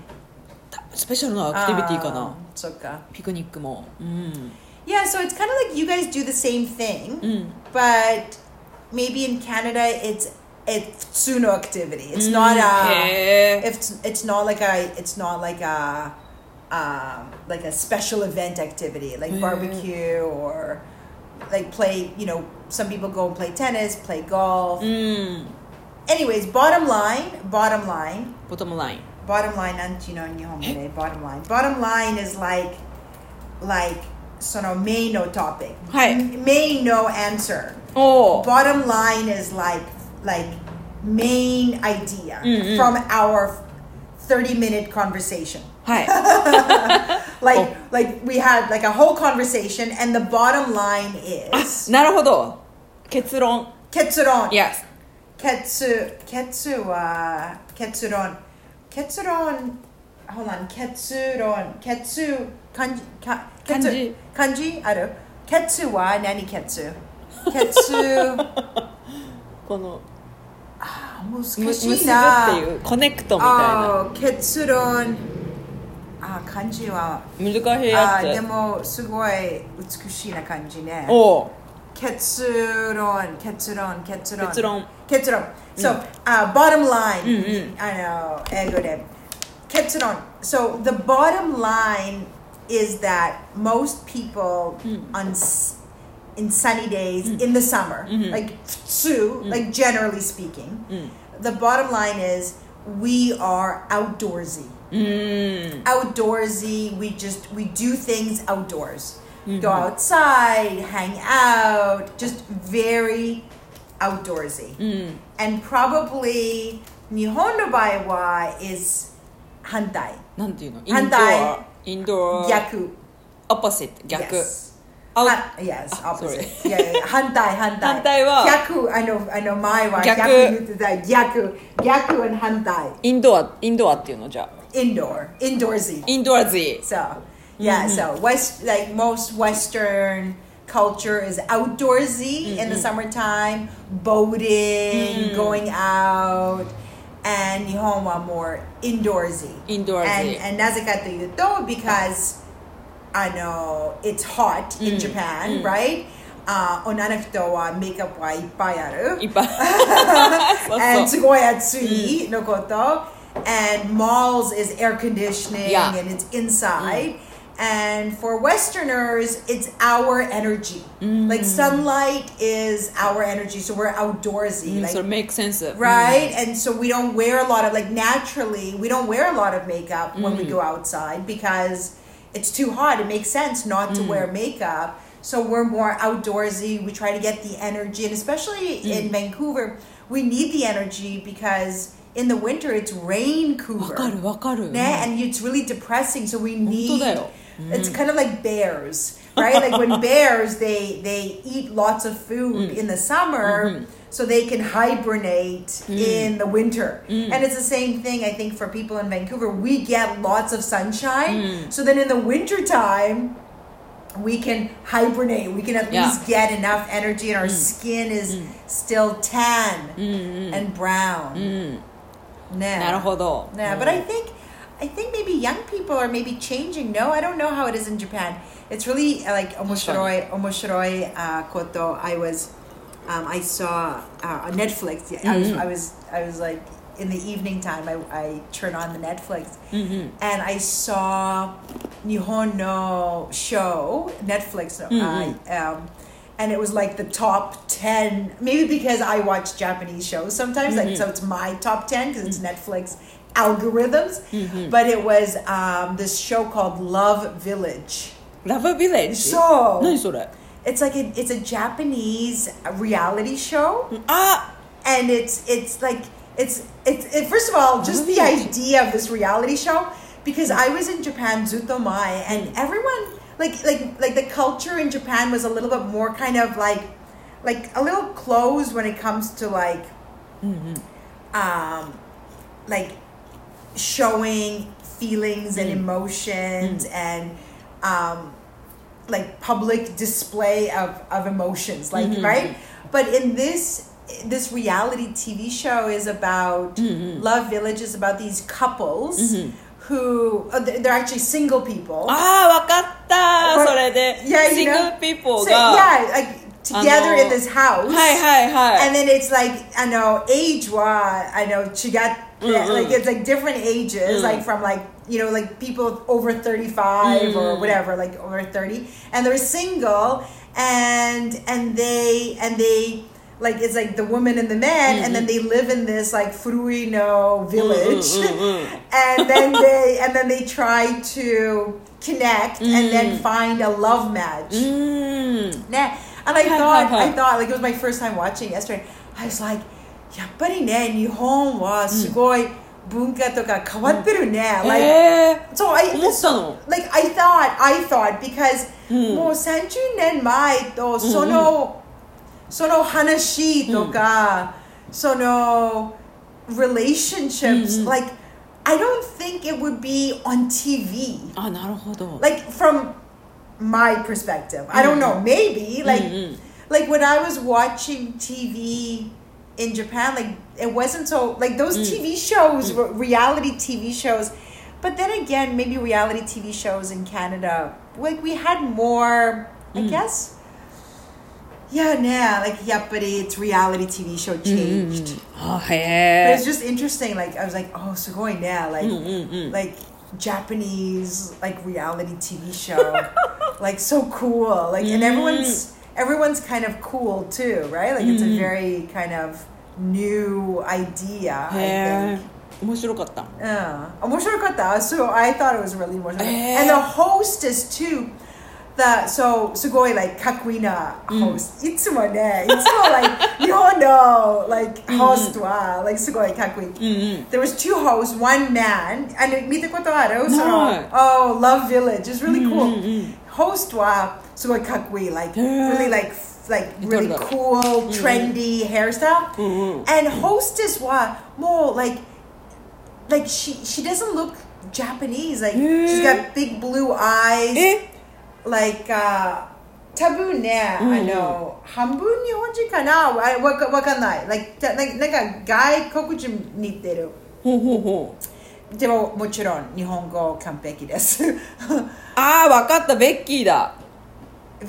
Speaker 1: Um,
Speaker 2: スペシャルなアクティビティかな
Speaker 1: そっか
Speaker 2: ピクニックもうん
Speaker 1: Yeah, so it's kind of like you guys do the same thing,
Speaker 2: うん、
Speaker 1: but maybe in Canada it's it's Tsuno activity. It's not uh,
Speaker 2: Mm,
Speaker 1: a
Speaker 2: へえ
Speaker 1: if it's, it's not like a it's not like a um, like a special event activity like
Speaker 2: Mm.
Speaker 1: barbecue or like play you know some people go and play tennis play golf
Speaker 2: うん
Speaker 1: anyways bottom line bottom line
Speaker 2: ボトムライン
Speaker 1: bottom line なんていうの日本語で bottom line bottom line is like like そのメインの topic
Speaker 2: はい。
Speaker 1: メインの answer
Speaker 2: おお
Speaker 1: bottom line is like like main idea
Speaker 2: Mm, mm.
Speaker 1: from our 30 minute conversation
Speaker 2: はい
Speaker 1: like
Speaker 2: Oh.
Speaker 1: like we had like a whole conversation and the bottom line is
Speaker 2: なるほど結論
Speaker 1: ketsuron
Speaker 2: Yes
Speaker 1: ketsu ketsu wa ketsuron ketsuron hold on ketsuron ketsu kanji ka, ketsu, kanji aru ketsu wa nani ketsu ketsu
Speaker 2: この
Speaker 1: あ
Speaker 2: む
Speaker 1: 難
Speaker 2: 結ぶっ
Speaker 1: していな
Speaker 2: いうコネクトみた
Speaker 1: あー結論あー漢字はい
Speaker 2: な難しいや
Speaker 1: あーで
Speaker 2: つ
Speaker 1: もすごい美しいな感じね
Speaker 2: おお
Speaker 1: 結論結論結論
Speaker 2: 結論
Speaker 1: 結論 so、uh, bottom line
Speaker 2: うんう
Speaker 1: あの英語で結論 so the bottom line is that most people on s- in sunny days in the summer like 普通 like generally speaking
Speaker 2: うん
Speaker 1: the bottom line is we are outdoorsy
Speaker 2: うーん
Speaker 1: outdoorsy we just we do things outdoors go outside hang out just very outdoorsy
Speaker 2: うん
Speaker 1: and probably nihon no bai wa is hantai
Speaker 2: なんていうのイン
Speaker 1: 反
Speaker 2: ド
Speaker 1: 対
Speaker 2: アインドア
Speaker 1: yaku
Speaker 2: オポシット逆
Speaker 1: yes.
Speaker 2: あ
Speaker 1: Han- yes,
Speaker 2: Ah,
Speaker 1: opposite. Yeah, yeah, yeah. Hantai, hantai.
Speaker 2: 反対は-
Speaker 1: Yaku, I know, I know my one.
Speaker 2: 逆。
Speaker 1: Yaku, you that. Yaku, yaku and hantai.
Speaker 2: インドアインドアっていうのじゃあ
Speaker 1: Indoor, indoorsy.
Speaker 2: インドアズ
Speaker 1: So yeah, so West like most Western culture is outdoorsy in the summertime, boating, going out, and Nihon wa more indoorsy.
Speaker 2: Indoorsy.
Speaker 1: And and nazakatayuto because I know it's hot in Japan, right? Uh, 女の人はメイクアップはいっぱいある。
Speaker 2: いっぱいそう
Speaker 1: and
Speaker 2: そう
Speaker 1: Tsugoyatsuyi no koto. And malls is air conditioning
Speaker 2: Yeah.
Speaker 1: and it's inside. And for Westerners, it's our energy. Like sunlight is our energy, so we're outdoorsy.
Speaker 2: うん
Speaker 1: like
Speaker 2: それメイクセンス
Speaker 1: right and so we don't wear a lot of like naturally we don't wear a lot of makeup when we go outside because it's too hot it makes sense not to wear makeup so we're more outdoorsy we try to get the energy and especially in vancouver we need the energy because in the winter it's rain
Speaker 2: わかるわかる
Speaker 1: Nah, and it's really depressing. So we need.
Speaker 2: 本当だよ。
Speaker 1: It's kind of like bears, right? like when bears, they they eat lots of food in the summer, so they can hibernate in the winter. And it's the same thing, I think, for people in Vancouver. We get lots of sunshine, so then in the winter time. We can hibernate. We can at
Speaker 2: Yeah.
Speaker 1: least get enough energy, and our skin is still tan and brown. Nah.
Speaker 2: なるほど
Speaker 1: Yeah, but I think I think maybe young people are maybe changing. No, I don't know how it is in Japan. It's really uh, like omoshiroi omoshiroi uh, koto. I was um, I saw uh, on Netflix. I was, I was I was like in the evening time. I, I turn on the Netflix and I saw Nihon no show Netflix. Uh, um, and it was like the top 10 maybe because i watch japanese shows sometimes like so it's my top 10 because it's netflix algorithms but it was um, this show called love village
Speaker 2: ラブビレッジ
Speaker 1: そう
Speaker 2: 何それ
Speaker 1: it's like a, it's a japanese reality show
Speaker 2: あ
Speaker 1: and it's it's like it's it's it, first of all just the
Speaker 2: Really?
Speaker 1: idea of this reality show because I was in Japan Zutomai and everyone like like like the culture in Japan was a little bit more kind of like like a little closed when it comes to like um like showing feelings
Speaker 2: Mm.
Speaker 1: and emotions and um like public display of, of emotions like
Speaker 2: Mm-hmm.
Speaker 1: right but in this this
Speaker 2: Mm-hmm.
Speaker 1: reality tv show is about love village is about these couples who uh, they- they're actually single people.
Speaker 2: ああ、わかった。
Speaker 1: Or-
Speaker 2: それで、
Speaker 1: yeah,
Speaker 2: Ah, single
Speaker 1: you know,
Speaker 2: people
Speaker 1: so,
Speaker 2: が、
Speaker 1: yeah, like together in this house.
Speaker 2: はいはいはい。
Speaker 1: And then it's like I know age wise, I know she got like it's like different ages, like from like you know like people over thirty five or whatever, like over thirty, and they're single, and and they and they like it's like the woman and the man, and then they live in this like Furuino village, and then they and then they try to connect and then find a love match.
Speaker 2: うん。
Speaker 1: ね、and I
Speaker 2: はい
Speaker 1: thought
Speaker 2: はいはい
Speaker 1: I thought like it was my first time watching yesterday. I was like やっぱりね日本はすごい文化とか変わってるね。like
Speaker 2: Eh. え
Speaker 1: so I
Speaker 2: ー、思ったの
Speaker 1: like I thought I thought because、もう30年前とその、その話とか、その relationships、like I don't think it would be on TV.
Speaker 2: あ、なるほど。
Speaker 1: like from my perspective i don't know maybe like like when i was watching tv in japan like it wasn't so like those tv shows were reality tv shows but then again maybe reality tv shows in canada like we had more i guess yeah nah like yeah but it's reality tv show changed
Speaker 2: あ、
Speaker 1: but
Speaker 2: へ
Speaker 1: it's just interesting. Like I was like, oh, sugoi now, like like Japanese like reality TV show, like so cool. Like and everyone's everyone's kind of cool too, right? Like it's a very kind of new idea. I
Speaker 2: え。へ
Speaker 1: think.
Speaker 2: え。面白かった。
Speaker 1: Uh, 面白かった. so I thought it was really 面白かった.
Speaker 2: Eh.
Speaker 1: And the hostess too. The so sugoi like kakuina host. It's one day. It's like Nihondo like host wa like sugoi kakui.
Speaker 2: うんうん。
Speaker 1: There was two hosts, one man, and 見たことある？その
Speaker 2: No.
Speaker 1: Oh, Love Village is really cool. Host はすごいかっこいい like
Speaker 2: へー。
Speaker 1: really like f- like really
Speaker 2: 見たことある。
Speaker 1: cool, trendy hairstyle.
Speaker 2: うんうん。
Speaker 1: And hostess はもう like like she she doesn't look Japanese. Like she's
Speaker 2: へー。
Speaker 1: got big blue eyes.
Speaker 2: え
Speaker 1: like uh 多分ね、あの半分日本人かなわわかわかんない like, たなんかなんか外国人に似てる
Speaker 2: ほうほうほう。
Speaker 1: でももちろん日本語完璧です
Speaker 2: ああ、わかった。ベッキーだ。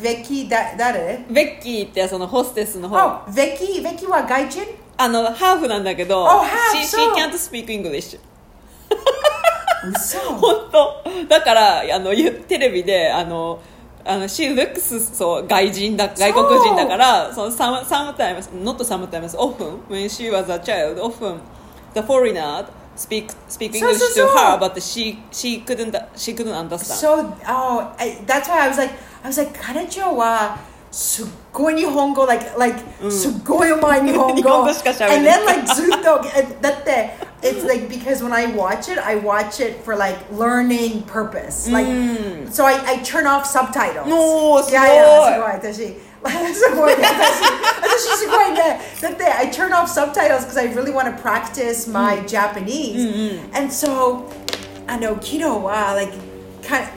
Speaker 1: ベッキーだ誰
Speaker 2: ベッキーってそのホステスの方。
Speaker 1: あベッキーベッキーは外人
Speaker 2: あの、ハーフなんだけど、
Speaker 1: Oh, half,
Speaker 2: she, she
Speaker 1: so-
Speaker 2: can't speak English.
Speaker 1: 嘘
Speaker 2: 本当だからあのゆテレビであのあの She looks そう外人だ外国人だからその some, sometimes not sometimes often when she was a child often the foreigner speak speak
Speaker 1: そうそ
Speaker 2: English
Speaker 1: うそう
Speaker 2: to her but she she couldn't she couldn't understand
Speaker 1: So, oh, I, that's why I was like, I was like, 彼女はすっごい日本語、like, like、すっごいうまい日本語。
Speaker 2: 日本語しか喋れない
Speaker 1: And then like ずっと、えだって、it's like because when I watch it, I watch it for like learning purpose. Like,、so I, I turn off subtitles.
Speaker 2: おーすごい
Speaker 1: ややす ごい、私。すごい、私、私すごいね。だって、I turn off subtitles because I really want to practice my Japanese.、And so, あの、昨日は、like, かか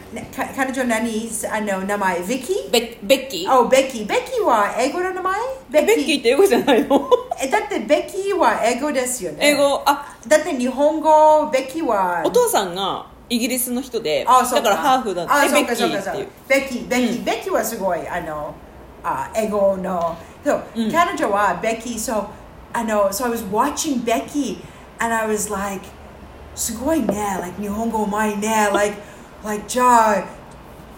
Speaker 1: 彼女何あの名前ヴィキ
Speaker 2: ベベッキー
Speaker 1: Oh, ベッキー。ベッキーは英語の名前ベ
Speaker 2: ベッキーって英語じゃないの
Speaker 1: えだってベッキーは英語ですよね。
Speaker 2: 英。語あ
Speaker 1: だって日本語、ベッキーは。
Speaker 2: お父さんがイギリスの人で
Speaker 1: あそう
Speaker 2: だからハーフだ
Speaker 1: あ
Speaker 2: って
Speaker 1: そう
Speaker 2: ベ
Speaker 1: か
Speaker 2: ッキ
Speaker 1: そう
Speaker 2: ー
Speaker 1: かそ
Speaker 2: っ
Speaker 1: う
Speaker 2: ていう
Speaker 1: ベッキーベッキー、ベッキーはすごいあのあ英語のそう、彼女はベッキー so あの so I was watching ベッキー and I was like すごいね like 日本語うまいね like like じゃあ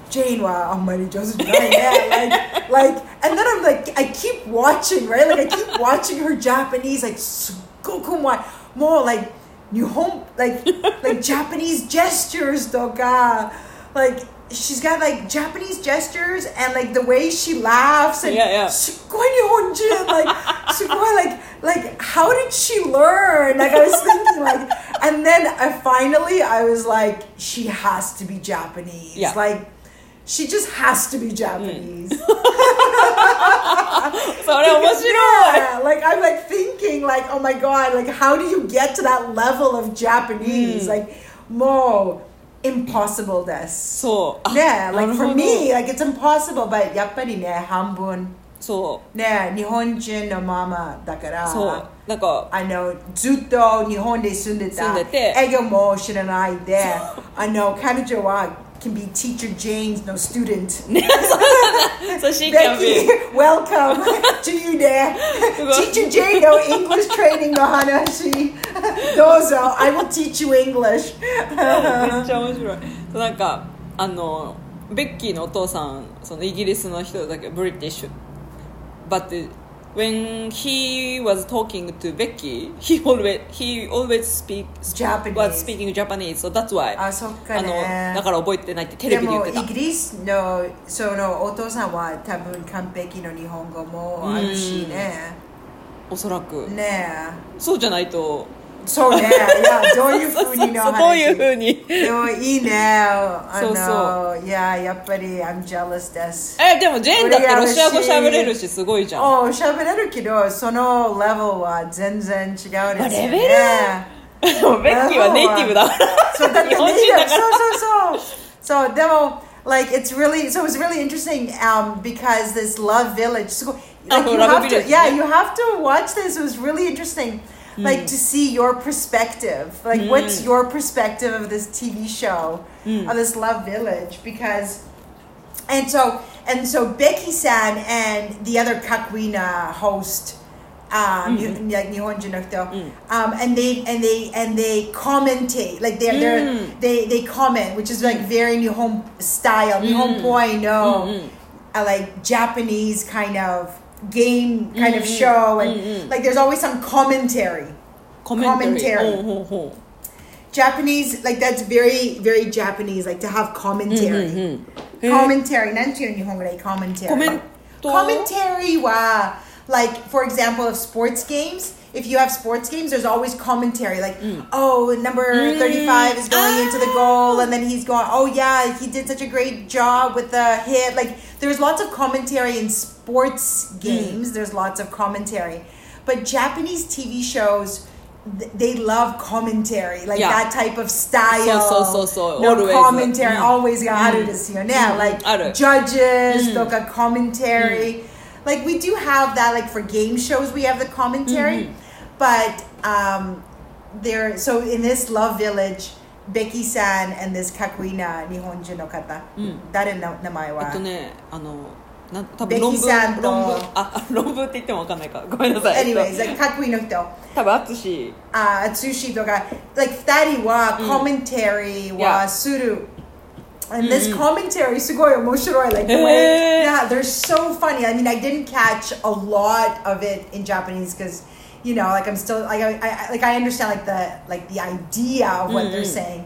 Speaker 1: ジェーンはあんまり上手じゃないね。like, like, and then I'm like, I keep watching, right? Like, I keep watching her Japanese, like, すっごくうまい。もう、like, 日本、like, like, Japanese gestures とか、like, she's got, like, Japanese gestures and, like, the way she laughs and
Speaker 2: Yeah, yeah.
Speaker 1: すっごい日本人 like すごい like like how did she learn like I was thinking like and then I finally I was like she has to be Japanese
Speaker 2: Yeah.
Speaker 1: like she just has to be Japanese
Speaker 2: それ面白い
Speaker 1: yeah, like I'm like thinking like oh my god like how do you get to that level of Japanese like more impossible です
Speaker 2: そうあ
Speaker 1: yeah
Speaker 2: な
Speaker 1: like
Speaker 2: るほ
Speaker 1: for
Speaker 2: ど
Speaker 1: me like it's impossible but やっぱりね半分
Speaker 2: そう
Speaker 1: ね日本人のママだから
Speaker 2: そうなんか
Speaker 1: あのずっと日本で住んでた
Speaker 2: 住んでて
Speaker 1: 英語も知らないであの彼女は can be teacher James の student
Speaker 2: そうし
Speaker 1: Becky welcome to you there teacher Jane の English training の話どうぞ I will teach you English
Speaker 2: めっちゃ面白いそうなんかあのベッキーのお父さんそのイギリスの人だけどブリティッシュ but when he was talking to Becky he always he always speak
Speaker 1: Japanese
Speaker 2: was speaking Japanese so that's why
Speaker 1: あそっか
Speaker 2: あの
Speaker 1: ね
Speaker 2: だから覚えてないってテレ
Speaker 1: で
Speaker 2: ビで言
Speaker 1: も
Speaker 2: って
Speaker 1: イ
Speaker 2: た
Speaker 1: ギリスのそのお父さんは多分完璧の日本語もあるしね
Speaker 2: おそらく
Speaker 1: ね
Speaker 2: そうじゃないと
Speaker 1: そうねいやどういう
Speaker 2: そう
Speaker 1: ふ
Speaker 2: そう
Speaker 1: うにの
Speaker 2: そう
Speaker 1: 話
Speaker 2: どういうふうに
Speaker 1: でもいいねあの
Speaker 2: そうそ
Speaker 1: いややっぱり I'm jealous です
Speaker 2: えでもジェーンだって
Speaker 1: 俺や
Speaker 2: ロ
Speaker 1: るし
Speaker 2: シア語喋れるしすごいじゃん
Speaker 1: お喋れるけどそのレベルは全然違うですよね
Speaker 2: レベルでもベッキーはネイティブだから
Speaker 1: そうだって
Speaker 2: 日本人だから
Speaker 1: そうそうそう。そうでも like it's really so it's really interesting um because this love village すごい like
Speaker 2: あ
Speaker 1: you
Speaker 2: ラブ
Speaker 1: have
Speaker 2: ビレッ
Speaker 1: to
Speaker 2: ジ
Speaker 1: yeah you have to watch this it was really interesting like to see your perspective like what's your perspective of this TV show of this love village because and so and so Becky San and the other Kakwina host, um, you- like Nihonjin no hito, um, and they and they and they commentate like they're, they're they they comment, which is like very Nihon style, Nihon boy no, uh, like Japanese kind of game kind of show, and like there's always some commentary.
Speaker 2: コメンタリ
Speaker 1: commentary
Speaker 2: ーほうほうほう
Speaker 1: Japanese, like that's very, very Japanese, like to have commentary. Commentary. なんていう日本語で commentary?
Speaker 2: コメント
Speaker 1: Commentary は like for example of sports games. If you have sports games, there's always commentary like, oh, number 35 is going into the goal, and then he's going, oh yeah, he did such a great job with the hit. Like, there's lots of commentary in sports games, there's lots of commentary. But Japanese TV shows, th- they love commentary, like
Speaker 2: Yeah.
Speaker 1: that type of style.
Speaker 2: So, so, so, so,
Speaker 1: no
Speaker 2: always.
Speaker 1: commentary,
Speaker 2: Mm.
Speaker 1: always got it this year. Now, like
Speaker 2: ある
Speaker 1: judges, mm. commentary.
Speaker 2: Mm.
Speaker 1: Like we do have that like for game shows we have the commentary.
Speaker 2: Mm-hmm.
Speaker 1: But um there so in this Love Village, Becky San and this Kakuina Nihonjin no kata. Dare no
Speaker 2: えっと
Speaker 1: namae
Speaker 2: ねあのなん多
Speaker 1: ベ
Speaker 2: 分
Speaker 1: キ
Speaker 2: 論文
Speaker 1: さんと
Speaker 2: 論文ああ論文って言っても分かんないからごめんなさい
Speaker 1: Anyways,
Speaker 2: えっ
Speaker 1: like Kakui no hito.
Speaker 2: と多分淳
Speaker 1: uh, Atsushi Doga, like Ftari wa commentary wa
Speaker 2: Yeah.
Speaker 1: suru. And this commentary, sugoi omoshiroi, like the
Speaker 2: Eh.
Speaker 1: way, yeah, they're so funny. I mean, I didn't catch a lot of it in Japanese because, you know, like I'm still like I, I I- like I understand like the like the idea of what they're saying,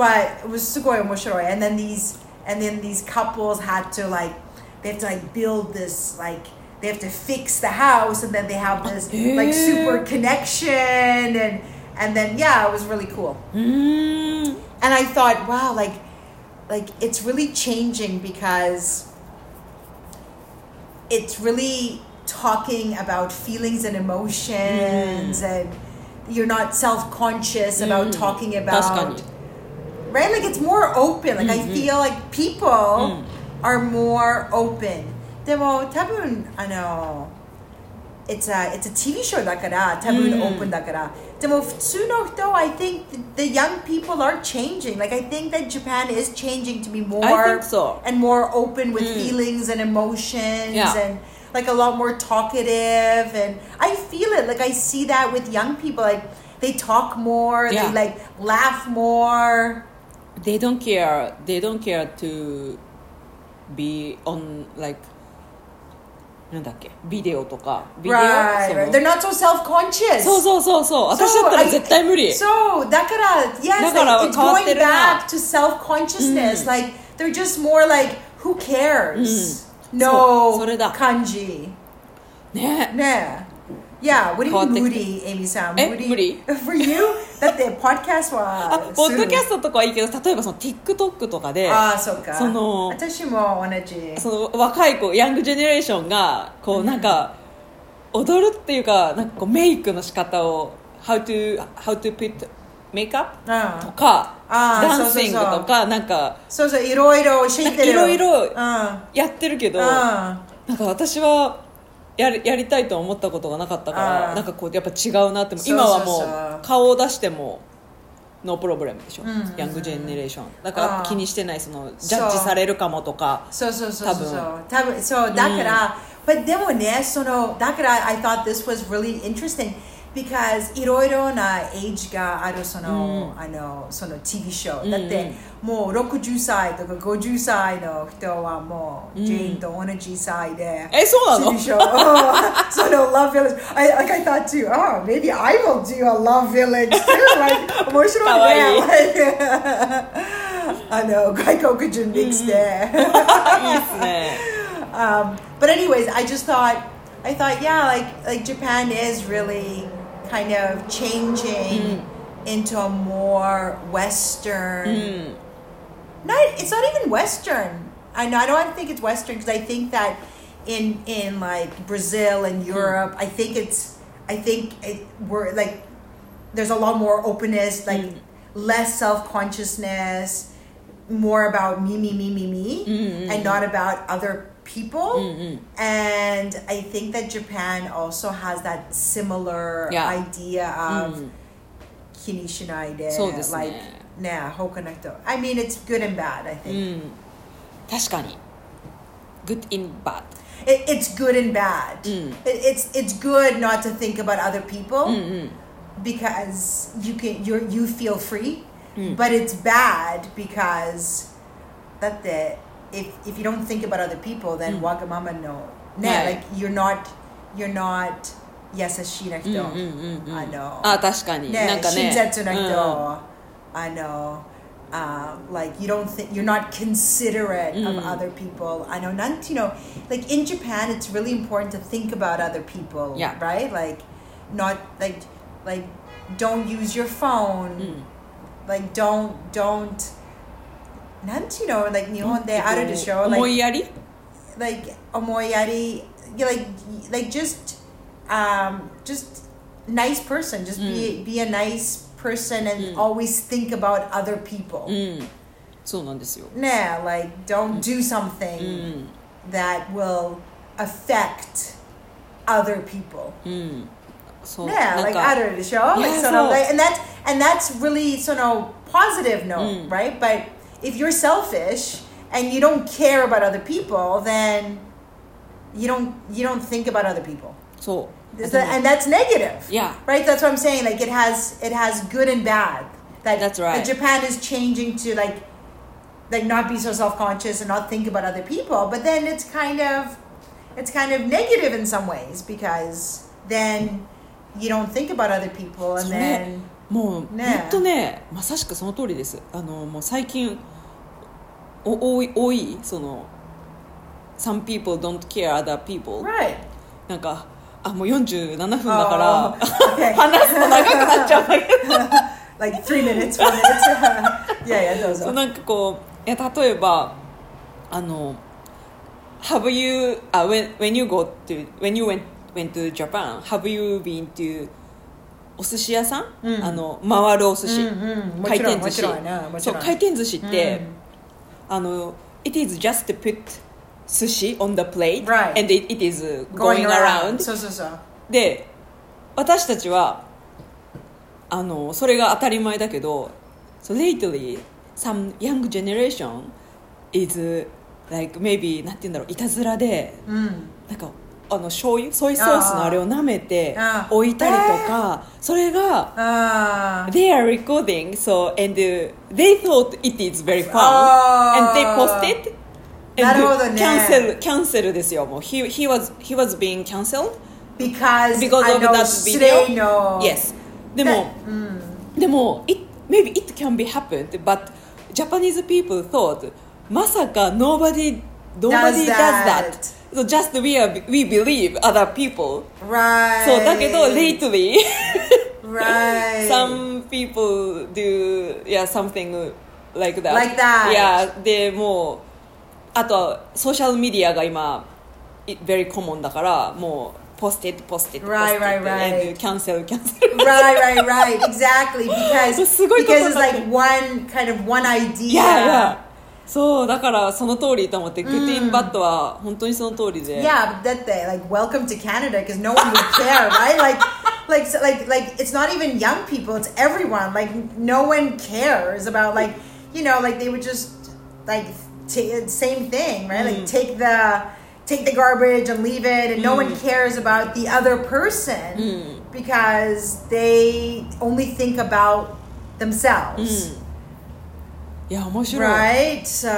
Speaker 1: but it was sugoi omoshiroi. And then these and then these couples had to like they have to like build this like they have to fix the house and then they have this like super connection and and then yeah it was really cool
Speaker 2: うーん
Speaker 1: and i thought wow like like it's really changing because it's really talking about feelings and emotions and you're not self-conscious about talking
Speaker 2: 確か
Speaker 1: about
Speaker 2: に
Speaker 1: right? Like it's more open. Like I feel like people are more open. でも多分あの it's a it's a TV show だから多分
Speaker 2: Mm.
Speaker 1: open だから。でも普通の人 I think the young people are changing. Like I think that Japan is changing to be more
Speaker 2: I think so. Mm.
Speaker 1: and more open with feelings and emotions
Speaker 2: Yeah.
Speaker 1: and like a lot more talkative and I feel it like I see that with young people like they talk more
Speaker 2: Yeah.
Speaker 1: they like laugh more
Speaker 2: they don't care they don't care to be on like なんだっけビデオとかビデオ
Speaker 1: right,
Speaker 2: そ
Speaker 1: right.
Speaker 2: の
Speaker 1: They're not so self-conscious
Speaker 2: そうそうそうそ
Speaker 1: So
Speaker 2: う私だったら
Speaker 1: I-
Speaker 2: 絶対無理
Speaker 1: so だから yes
Speaker 2: だから
Speaker 1: like, it's
Speaker 2: 変わってるな。
Speaker 1: going back to self-consciousness like they're just more like who cares
Speaker 2: そうそ
Speaker 1: no
Speaker 2: れだ
Speaker 1: kanji
Speaker 2: ね
Speaker 1: ね yeah what do you mean
Speaker 2: 変わってきて。
Speaker 1: moody Amy さん
Speaker 2: え
Speaker 1: moody for you だって podcast
Speaker 2: あ
Speaker 1: は
Speaker 2: ポッドキャス
Speaker 1: ト
Speaker 2: トとかはいいけど例えばその TikTok とかで
Speaker 1: ああそうか
Speaker 2: その
Speaker 1: 私も同じ
Speaker 2: その若い子ヤングジェネレーションがこうなんか踊るっていうかなんかこうメイクの仕方を how to how to put makeup
Speaker 1: うん
Speaker 2: とか
Speaker 1: あー
Speaker 2: ダンシングとかなんか
Speaker 1: そうそういろいろ教えてる
Speaker 2: いろいろ
Speaker 1: うん ah.
Speaker 2: やってるけど
Speaker 1: う
Speaker 2: なん
Speaker 1: ん
Speaker 2: か私はやりやりたいとは思ったことがなかったから
Speaker 1: あー
Speaker 2: なんかこうやっぱ違うなって
Speaker 1: そうそうそう
Speaker 2: 今はもう顔を出してもノープロブレムでしょ、
Speaker 1: うんうんうん
Speaker 2: ヤングジェネレーションだから
Speaker 1: あー
Speaker 2: 気にしてないそのジャッジされるかもとか
Speaker 1: そうそうそうそうそう多分そうだから、but でもねそのだから I thought this was really interesting because いろいろなエイジがあるその、あのその TV ショー、だってもう60歳とか50歳の人はもう、ジェーンと同じ歳で
Speaker 2: えそうなの
Speaker 1: TV show oh, so no love village I like I thought too oh maybe I will do a love village too like 面白いね like あの外国人ミックスで、
Speaker 2: あいいっすね
Speaker 1: um, but anyways, I just thought I thought yeah, like like Japan is really kind of changing into a more Western. Not it's not even Western. I know I don't think it's Western because I think that in in like Brazil and Europe, I think it's I think it, we're like there's a lot more openness, like less self consciousness, more about me, me, me, me, me, and not about other people. And I think that Japan also has that similar
Speaker 2: Yeah.
Speaker 1: idea of mm. Kinishinai,
Speaker 2: そうですね。
Speaker 1: like, nah, Hokonekto. I mean, it's good and bad, I think.
Speaker 2: 確かに Good in bad
Speaker 1: it, it's good and bad. It, it's it's good not to think about other people because you can you you feel free, but it's bad because that the if if you don't think about other people, then wagamama no, ne,
Speaker 2: Yeah.
Speaker 1: like you're not you're not yasashii
Speaker 2: Mm,
Speaker 1: na hito. I know.
Speaker 2: あ確かに、
Speaker 1: ね、
Speaker 2: なんかね
Speaker 1: 親切な人、
Speaker 2: うん
Speaker 1: あの、あ uh, like you don't think you're not considerate of other people. I know, なんていうの、like in Japan, it's really important to think about other people,
Speaker 2: Yeah.
Speaker 1: right? Like, not like like don't use your phone,
Speaker 2: Mm.
Speaker 1: like don't don't. なんていうの、like 日本であるでしょ、
Speaker 2: 思
Speaker 1: like
Speaker 2: いやり
Speaker 1: like 思いやり you like like just um just nice person just be be a nice person and always think about other people
Speaker 2: Mm. そうなんですよ
Speaker 1: nah like don't do something
Speaker 2: Mm.
Speaker 1: that will affect other people
Speaker 2: そう
Speaker 1: yeah
Speaker 2: なん
Speaker 1: like
Speaker 2: か
Speaker 1: other the show like
Speaker 2: Yeah,
Speaker 1: sort of
Speaker 2: so-
Speaker 1: like, and that's and that's really sort of positive note
Speaker 2: Mm.
Speaker 1: right but if you're selfish and you don't care about other people then you don't you don't think about other people
Speaker 2: そう
Speaker 1: Is that- and that's negative
Speaker 2: Yeah.
Speaker 1: right that's what i'm saying like it has it has good and bad that
Speaker 2: That's right.
Speaker 1: that japan is changing to like like not be so self-conscious and not think about other people but then it's kind of it's kind of negative in some ways because then you don't think about other people and
Speaker 2: それ
Speaker 1: then
Speaker 2: もう、
Speaker 1: ね
Speaker 2: ね、ほんとねまさしくその通りですあのもう最近お多い多いその「Some people don't care other people
Speaker 1: right」
Speaker 2: なんかあもう47分だから
Speaker 1: Oh, okay.
Speaker 2: 話すと長くなっちゃうんだけど
Speaker 1: like three minutes four minutes yeah yeah those
Speaker 2: そう
Speaker 1: are
Speaker 2: なんかこういや例えばあの「Have you あ when, when you go to when you went, went to Japan have you been to お寿司屋さん、あの回るお寿司、
Speaker 1: うんうんも
Speaker 2: 回
Speaker 1: ちろん
Speaker 2: 転寿司
Speaker 1: もちろんなもち
Speaker 2: そ
Speaker 1: ろ
Speaker 2: うん回転寿司って、あの「It is just to put 寿司 on the plate、
Speaker 1: Right.
Speaker 2: and it, it is going around」
Speaker 1: そうそうそう
Speaker 2: で私たちはあのそれが当たり前だけど so lately some young generation is like maybe なんて言うんだろういたずらで
Speaker 1: うん
Speaker 2: なんかあの醤油ソイソースのあれを舐めて
Speaker 1: あー
Speaker 2: 置いたりとかそれが
Speaker 1: ああ
Speaker 2: they are recording so and they thought it is very fun
Speaker 1: あ
Speaker 2: and
Speaker 1: ー
Speaker 2: they posted
Speaker 1: なるほどね
Speaker 2: and cancel cancel ですよもう he, he was he was being cancelled
Speaker 1: because
Speaker 2: because
Speaker 1: I
Speaker 2: of
Speaker 1: know
Speaker 2: that
Speaker 1: Slay
Speaker 2: video.
Speaker 1: knows.
Speaker 2: Yes. でも、でも、it, maybe it can be happened, but Japanese people thought まさか nobody,
Speaker 1: Does
Speaker 2: nobody does that.
Speaker 1: that.
Speaker 2: So just we, are, we believe other people.
Speaker 1: Right.
Speaker 2: そうだけど、lately
Speaker 1: Right.
Speaker 2: some people do yeah something like that.
Speaker 1: Like that.
Speaker 2: Yeah, でもうあとソーシャルメディアが今 it very common だからもうポステッドポステッド
Speaker 1: Right, right, right.
Speaker 2: and cancel cancel
Speaker 1: right, right, right. Exactly. Because,
Speaker 2: すごいことになって
Speaker 1: because
Speaker 2: る。
Speaker 1: it's like one kind of one idea.
Speaker 2: yeah yeah そうだからその通りと思って、グッディンバットは本当にその通りで
Speaker 1: Yeah, but that they like welcome to Canada because no one would care, right? Like, like, so, like, like it's not even young people; it's everyone. Like, no one cares about like you know, like they would just like t- same thing, right? Like take the take the garbage and leave it, and no one cares about the other person because they only think about themselves,
Speaker 2: いや面白い、
Speaker 1: right? So.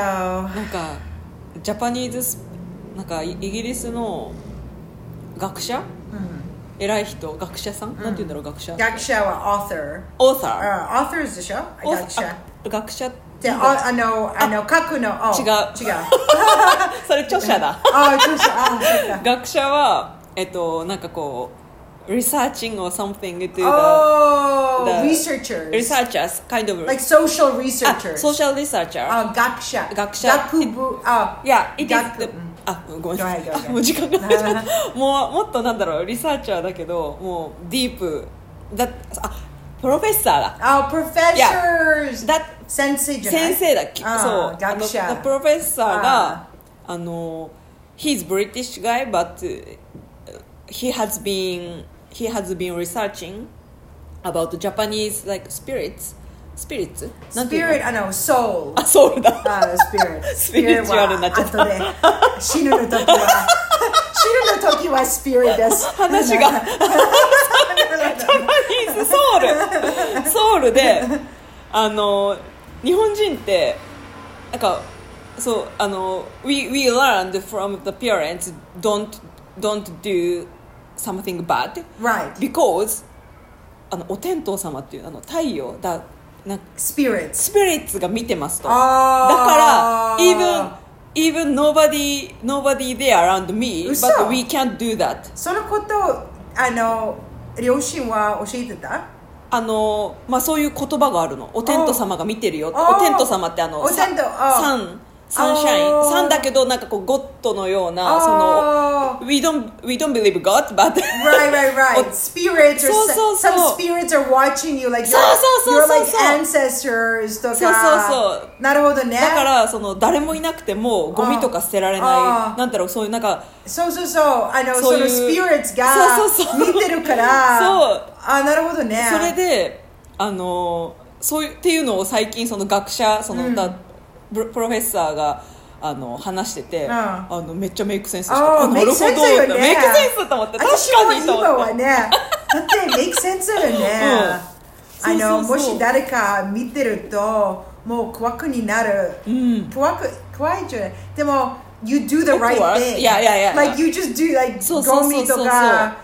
Speaker 2: なんかジャパニーズスなんかイイギリスの学者
Speaker 1: mm.
Speaker 2: 偉い人学者さん、なんて言うんだろう学者
Speaker 1: Gaksha, author.
Speaker 2: オーサ
Speaker 1: Uh, author is the show?
Speaker 2: ーオー
Speaker 1: Gaksha.
Speaker 2: あ学者って
Speaker 1: で、
Speaker 2: 言うんだ
Speaker 1: あ、あの、あの、書くの、あ
Speaker 2: 違う
Speaker 1: 違 う。
Speaker 2: それ著者だ
Speaker 1: あ、ちょっと、あ、そっか。
Speaker 2: 学者はえっとなんかこう researching or something to the
Speaker 1: Oh,
Speaker 2: the-
Speaker 1: researchers.
Speaker 2: researchers kind of
Speaker 1: Like social
Speaker 2: あ
Speaker 1: researchers.
Speaker 2: Ah,
Speaker 1: Oh,
Speaker 2: social researcher
Speaker 1: あ、学者。
Speaker 2: 学者
Speaker 1: 学部、あ、
Speaker 2: いや、いいです
Speaker 1: 学。
Speaker 2: あ、ごめんなさい
Speaker 1: Go ahead, go ahead.。
Speaker 2: もう時間がないじゃ ん。もう、もっとなんだろう、リサーチャーだけど、もうディープ。だ、あ、プロフェッサーだ。
Speaker 1: あ、professors.
Speaker 2: だ、
Speaker 1: 先生じゃない
Speaker 2: 先生だ。きそう
Speaker 1: あー、学者
Speaker 2: あのプロフェッサー
Speaker 1: あ
Speaker 2: が、あの、he's British guy, but uh, he has been he has been researching about Japanese like spirits spirits なんていうの
Speaker 1: Spirit, あの、soul.
Speaker 2: あ、ソウルだ。
Speaker 1: あ、spirit.
Speaker 2: スピリチュアルになっちゃった
Speaker 1: Spirit は後で、死ぬの時 は、死ぬの時は spirit です。
Speaker 2: 話が。インスソウルソウルであの日本人ってなんかそうあの we, we learned from the parents don't don't do something bad
Speaker 1: Right.
Speaker 2: because あのお天道様っていうあの太陽だなんか
Speaker 1: Spirits. Oh.
Speaker 2: スピリッツが見てますと だ
Speaker 1: あ
Speaker 2: か
Speaker 1: ー
Speaker 2: ら even even nobody nobody there around me
Speaker 1: 嘘
Speaker 2: but we can't do that
Speaker 1: そのことをあの両親は教えてた
Speaker 2: あのまあ、そういう言葉があるのお天道様が見てるよって
Speaker 1: あー
Speaker 2: お天道様ってあの
Speaker 1: お
Speaker 2: さ
Speaker 1: 天道あー
Speaker 2: サンサンシャイ
Speaker 1: あ
Speaker 2: ン
Speaker 1: ー
Speaker 2: サンだけどなんかこうゴッドのようなそ
Speaker 1: あー
Speaker 2: の we don't, we don't believe God but
Speaker 1: Right, right, right.
Speaker 2: お
Speaker 1: Spirits or
Speaker 2: そうそうそう
Speaker 1: some spirits are watching you like
Speaker 2: そうそうそう
Speaker 1: your
Speaker 2: そう
Speaker 1: like
Speaker 2: そう
Speaker 1: ancestors とか
Speaker 2: そうそうそう
Speaker 1: なるほどね
Speaker 2: だからその誰もいなくてもゴミとか捨てられ
Speaker 1: あ
Speaker 2: な
Speaker 1: ー
Speaker 2: いなんだろうそういうなんか
Speaker 1: そうそうそうあの
Speaker 2: そういう
Speaker 1: その spirits が
Speaker 2: そうそうそう
Speaker 1: 見てるから
Speaker 2: そう
Speaker 1: あなるほどね
Speaker 2: それであのそういうっていうのを最近その学者その、だプロプロフェッサーがあの話してて、
Speaker 1: ん
Speaker 2: あのめっちゃメイクセンスした
Speaker 1: あ
Speaker 2: あ
Speaker 1: あ
Speaker 2: な
Speaker 1: メイ
Speaker 2: る
Speaker 1: ク
Speaker 2: ほど
Speaker 1: センスよね
Speaker 2: メイクセンスと思って確
Speaker 1: 私
Speaker 2: か
Speaker 1: も
Speaker 2: にと
Speaker 1: 今
Speaker 2: 思って
Speaker 1: はねだってメイクセンスよね、
Speaker 2: うん
Speaker 1: あの
Speaker 2: そうそうそう
Speaker 1: もし誰か見てるともう怖くになる、怖く怖いじゃないでも you do the
Speaker 2: 怖く
Speaker 1: right
Speaker 2: は
Speaker 1: thing
Speaker 2: いやいやいや
Speaker 1: like you just do like
Speaker 2: そうそうそうそう
Speaker 1: me とか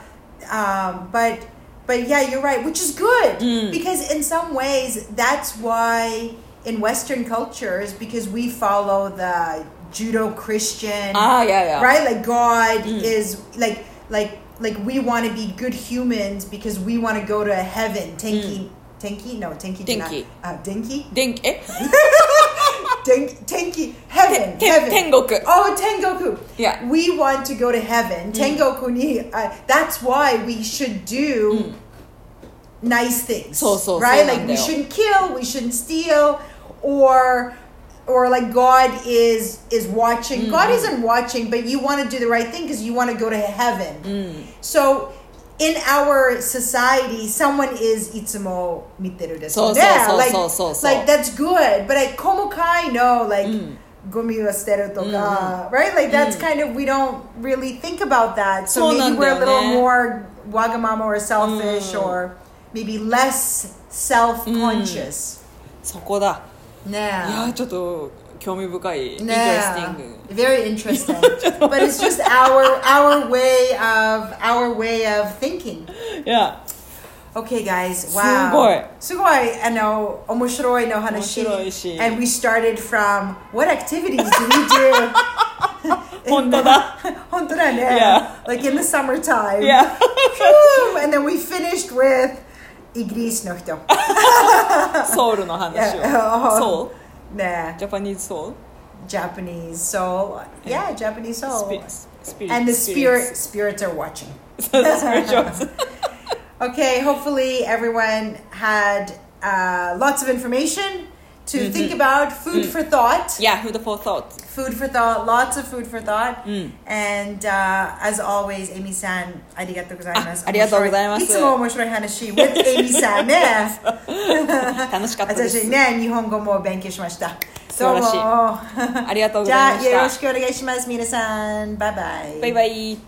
Speaker 1: um, but but yeah you're right which is good、because in some ways that's why in western cultures because we follow the judo christian
Speaker 2: ああいやいや
Speaker 1: right like god is like like like we want to be good humans because we want to go to heaven tenki tenki no tenki did not-
Speaker 2: Tenki.
Speaker 1: uh, denki
Speaker 2: 電気え
Speaker 1: Tenki, tenki heaven,
Speaker 2: Ten- ten-
Speaker 1: heaven.
Speaker 2: Tengoku.
Speaker 1: Oh, Tengoku.
Speaker 2: Yeah. Mm.
Speaker 1: We want to go to heaven. Tengoku ni. Uh, that's why we should do nice things.
Speaker 2: Mm. So, so, so
Speaker 1: right?
Speaker 2: なんだよ。
Speaker 1: like we shouldn't kill, we shouldn't steal, or or like God is is watching.
Speaker 2: Mm.
Speaker 1: God isn't watching, but you want to do the right thing because you want to go to heaven.
Speaker 2: Mm.
Speaker 1: So. In our society, someone is itsumo miteru desu.
Speaker 2: そうそうそう
Speaker 1: Yeah, like,
Speaker 2: そうそうそう
Speaker 1: like that's good. But like komokai no like gumi wa steru toka, right? Like that's kind of we don't really think about that. So
Speaker 2: そう
Speaker 1: maybe
Speaker 2: なんだ
Speaker 1: we're
Speaker 2: よ
Speaker 1: a little
Speaker 2: ね
Speaker 1: more wagamama or selfish or maybe less self-conscious.
Speaker 2: そこだいや
Speaker 1: Nah.
Speaker 2: ーちょっと興味深い、インテレスティ
Speaker 1: Nah.
Speaker 2: ング
Speaker 1: Very interesting. but it's just our our way of our way of thinking.
Speaker 2: いや
Speaker 1: Okay, guys.
Speaker 2: すごい
Speaker 1: Wow. すごい。あの、面白いの話。
Speaker 2: 面白いし
Speaker 1: And we started from what activities do we do?
Speaker 2: 本当だ
Speaker 1: 本当だね。
Speaker 2: Yeah.
Speaker 1: Like in the summertime.
Speaker 2: いや
Speaker 1: Phew! And then we finished with イギリスの 人。
Speaker 2: ソウルの話 を
Speaker 1: Yeah.
Speaker 2: ソウ
Speaker 1: ね
Speaker 2: ルジャパニーズソウル
Speaker 1: Japanese soul. Yeah, Japanese
Speaker 2: スピ
Speaker 1: soul.
Speaker 2: スピリ
Speaker 1: And the
Speaker 2: スピリッ
Speaker 1: spirit, spirits are watching.
Speaker 2: ツそうスピリチュアル
Speaker 1: Okay, hopefully everyone had uh, lots of information to think about food for thought.
Speaker 2: Yeah, food for thought.
Speaker 1: Food for thought, lots of food for thought.
Speaker 2: うん。
Speaker 1: And uh, as always, Amy san, ありがとうございます。
Speaker 2: あありがとうございます
Speaker 1: 面白いいつも面白い話 with Amy san ね。
Speaker 2: 楽しかったです。
Speaker 1: 私ね、日本語も勉強しました。
Speaker 2: 素晴らしい
Speaker 1: どうも
Speaker 2: ありがとうご
Speaker 1: じ
Speaker 2: ざい
Speaker 1: ゃ
Speaker 2: ま
Speaker 1: あ、
Speaker 2: し
Speaker 1: よろし。
Speaker 2: た
Speaker 1: くお願いします。皆さん、バイバイ。
Speaker 2: バイバイ。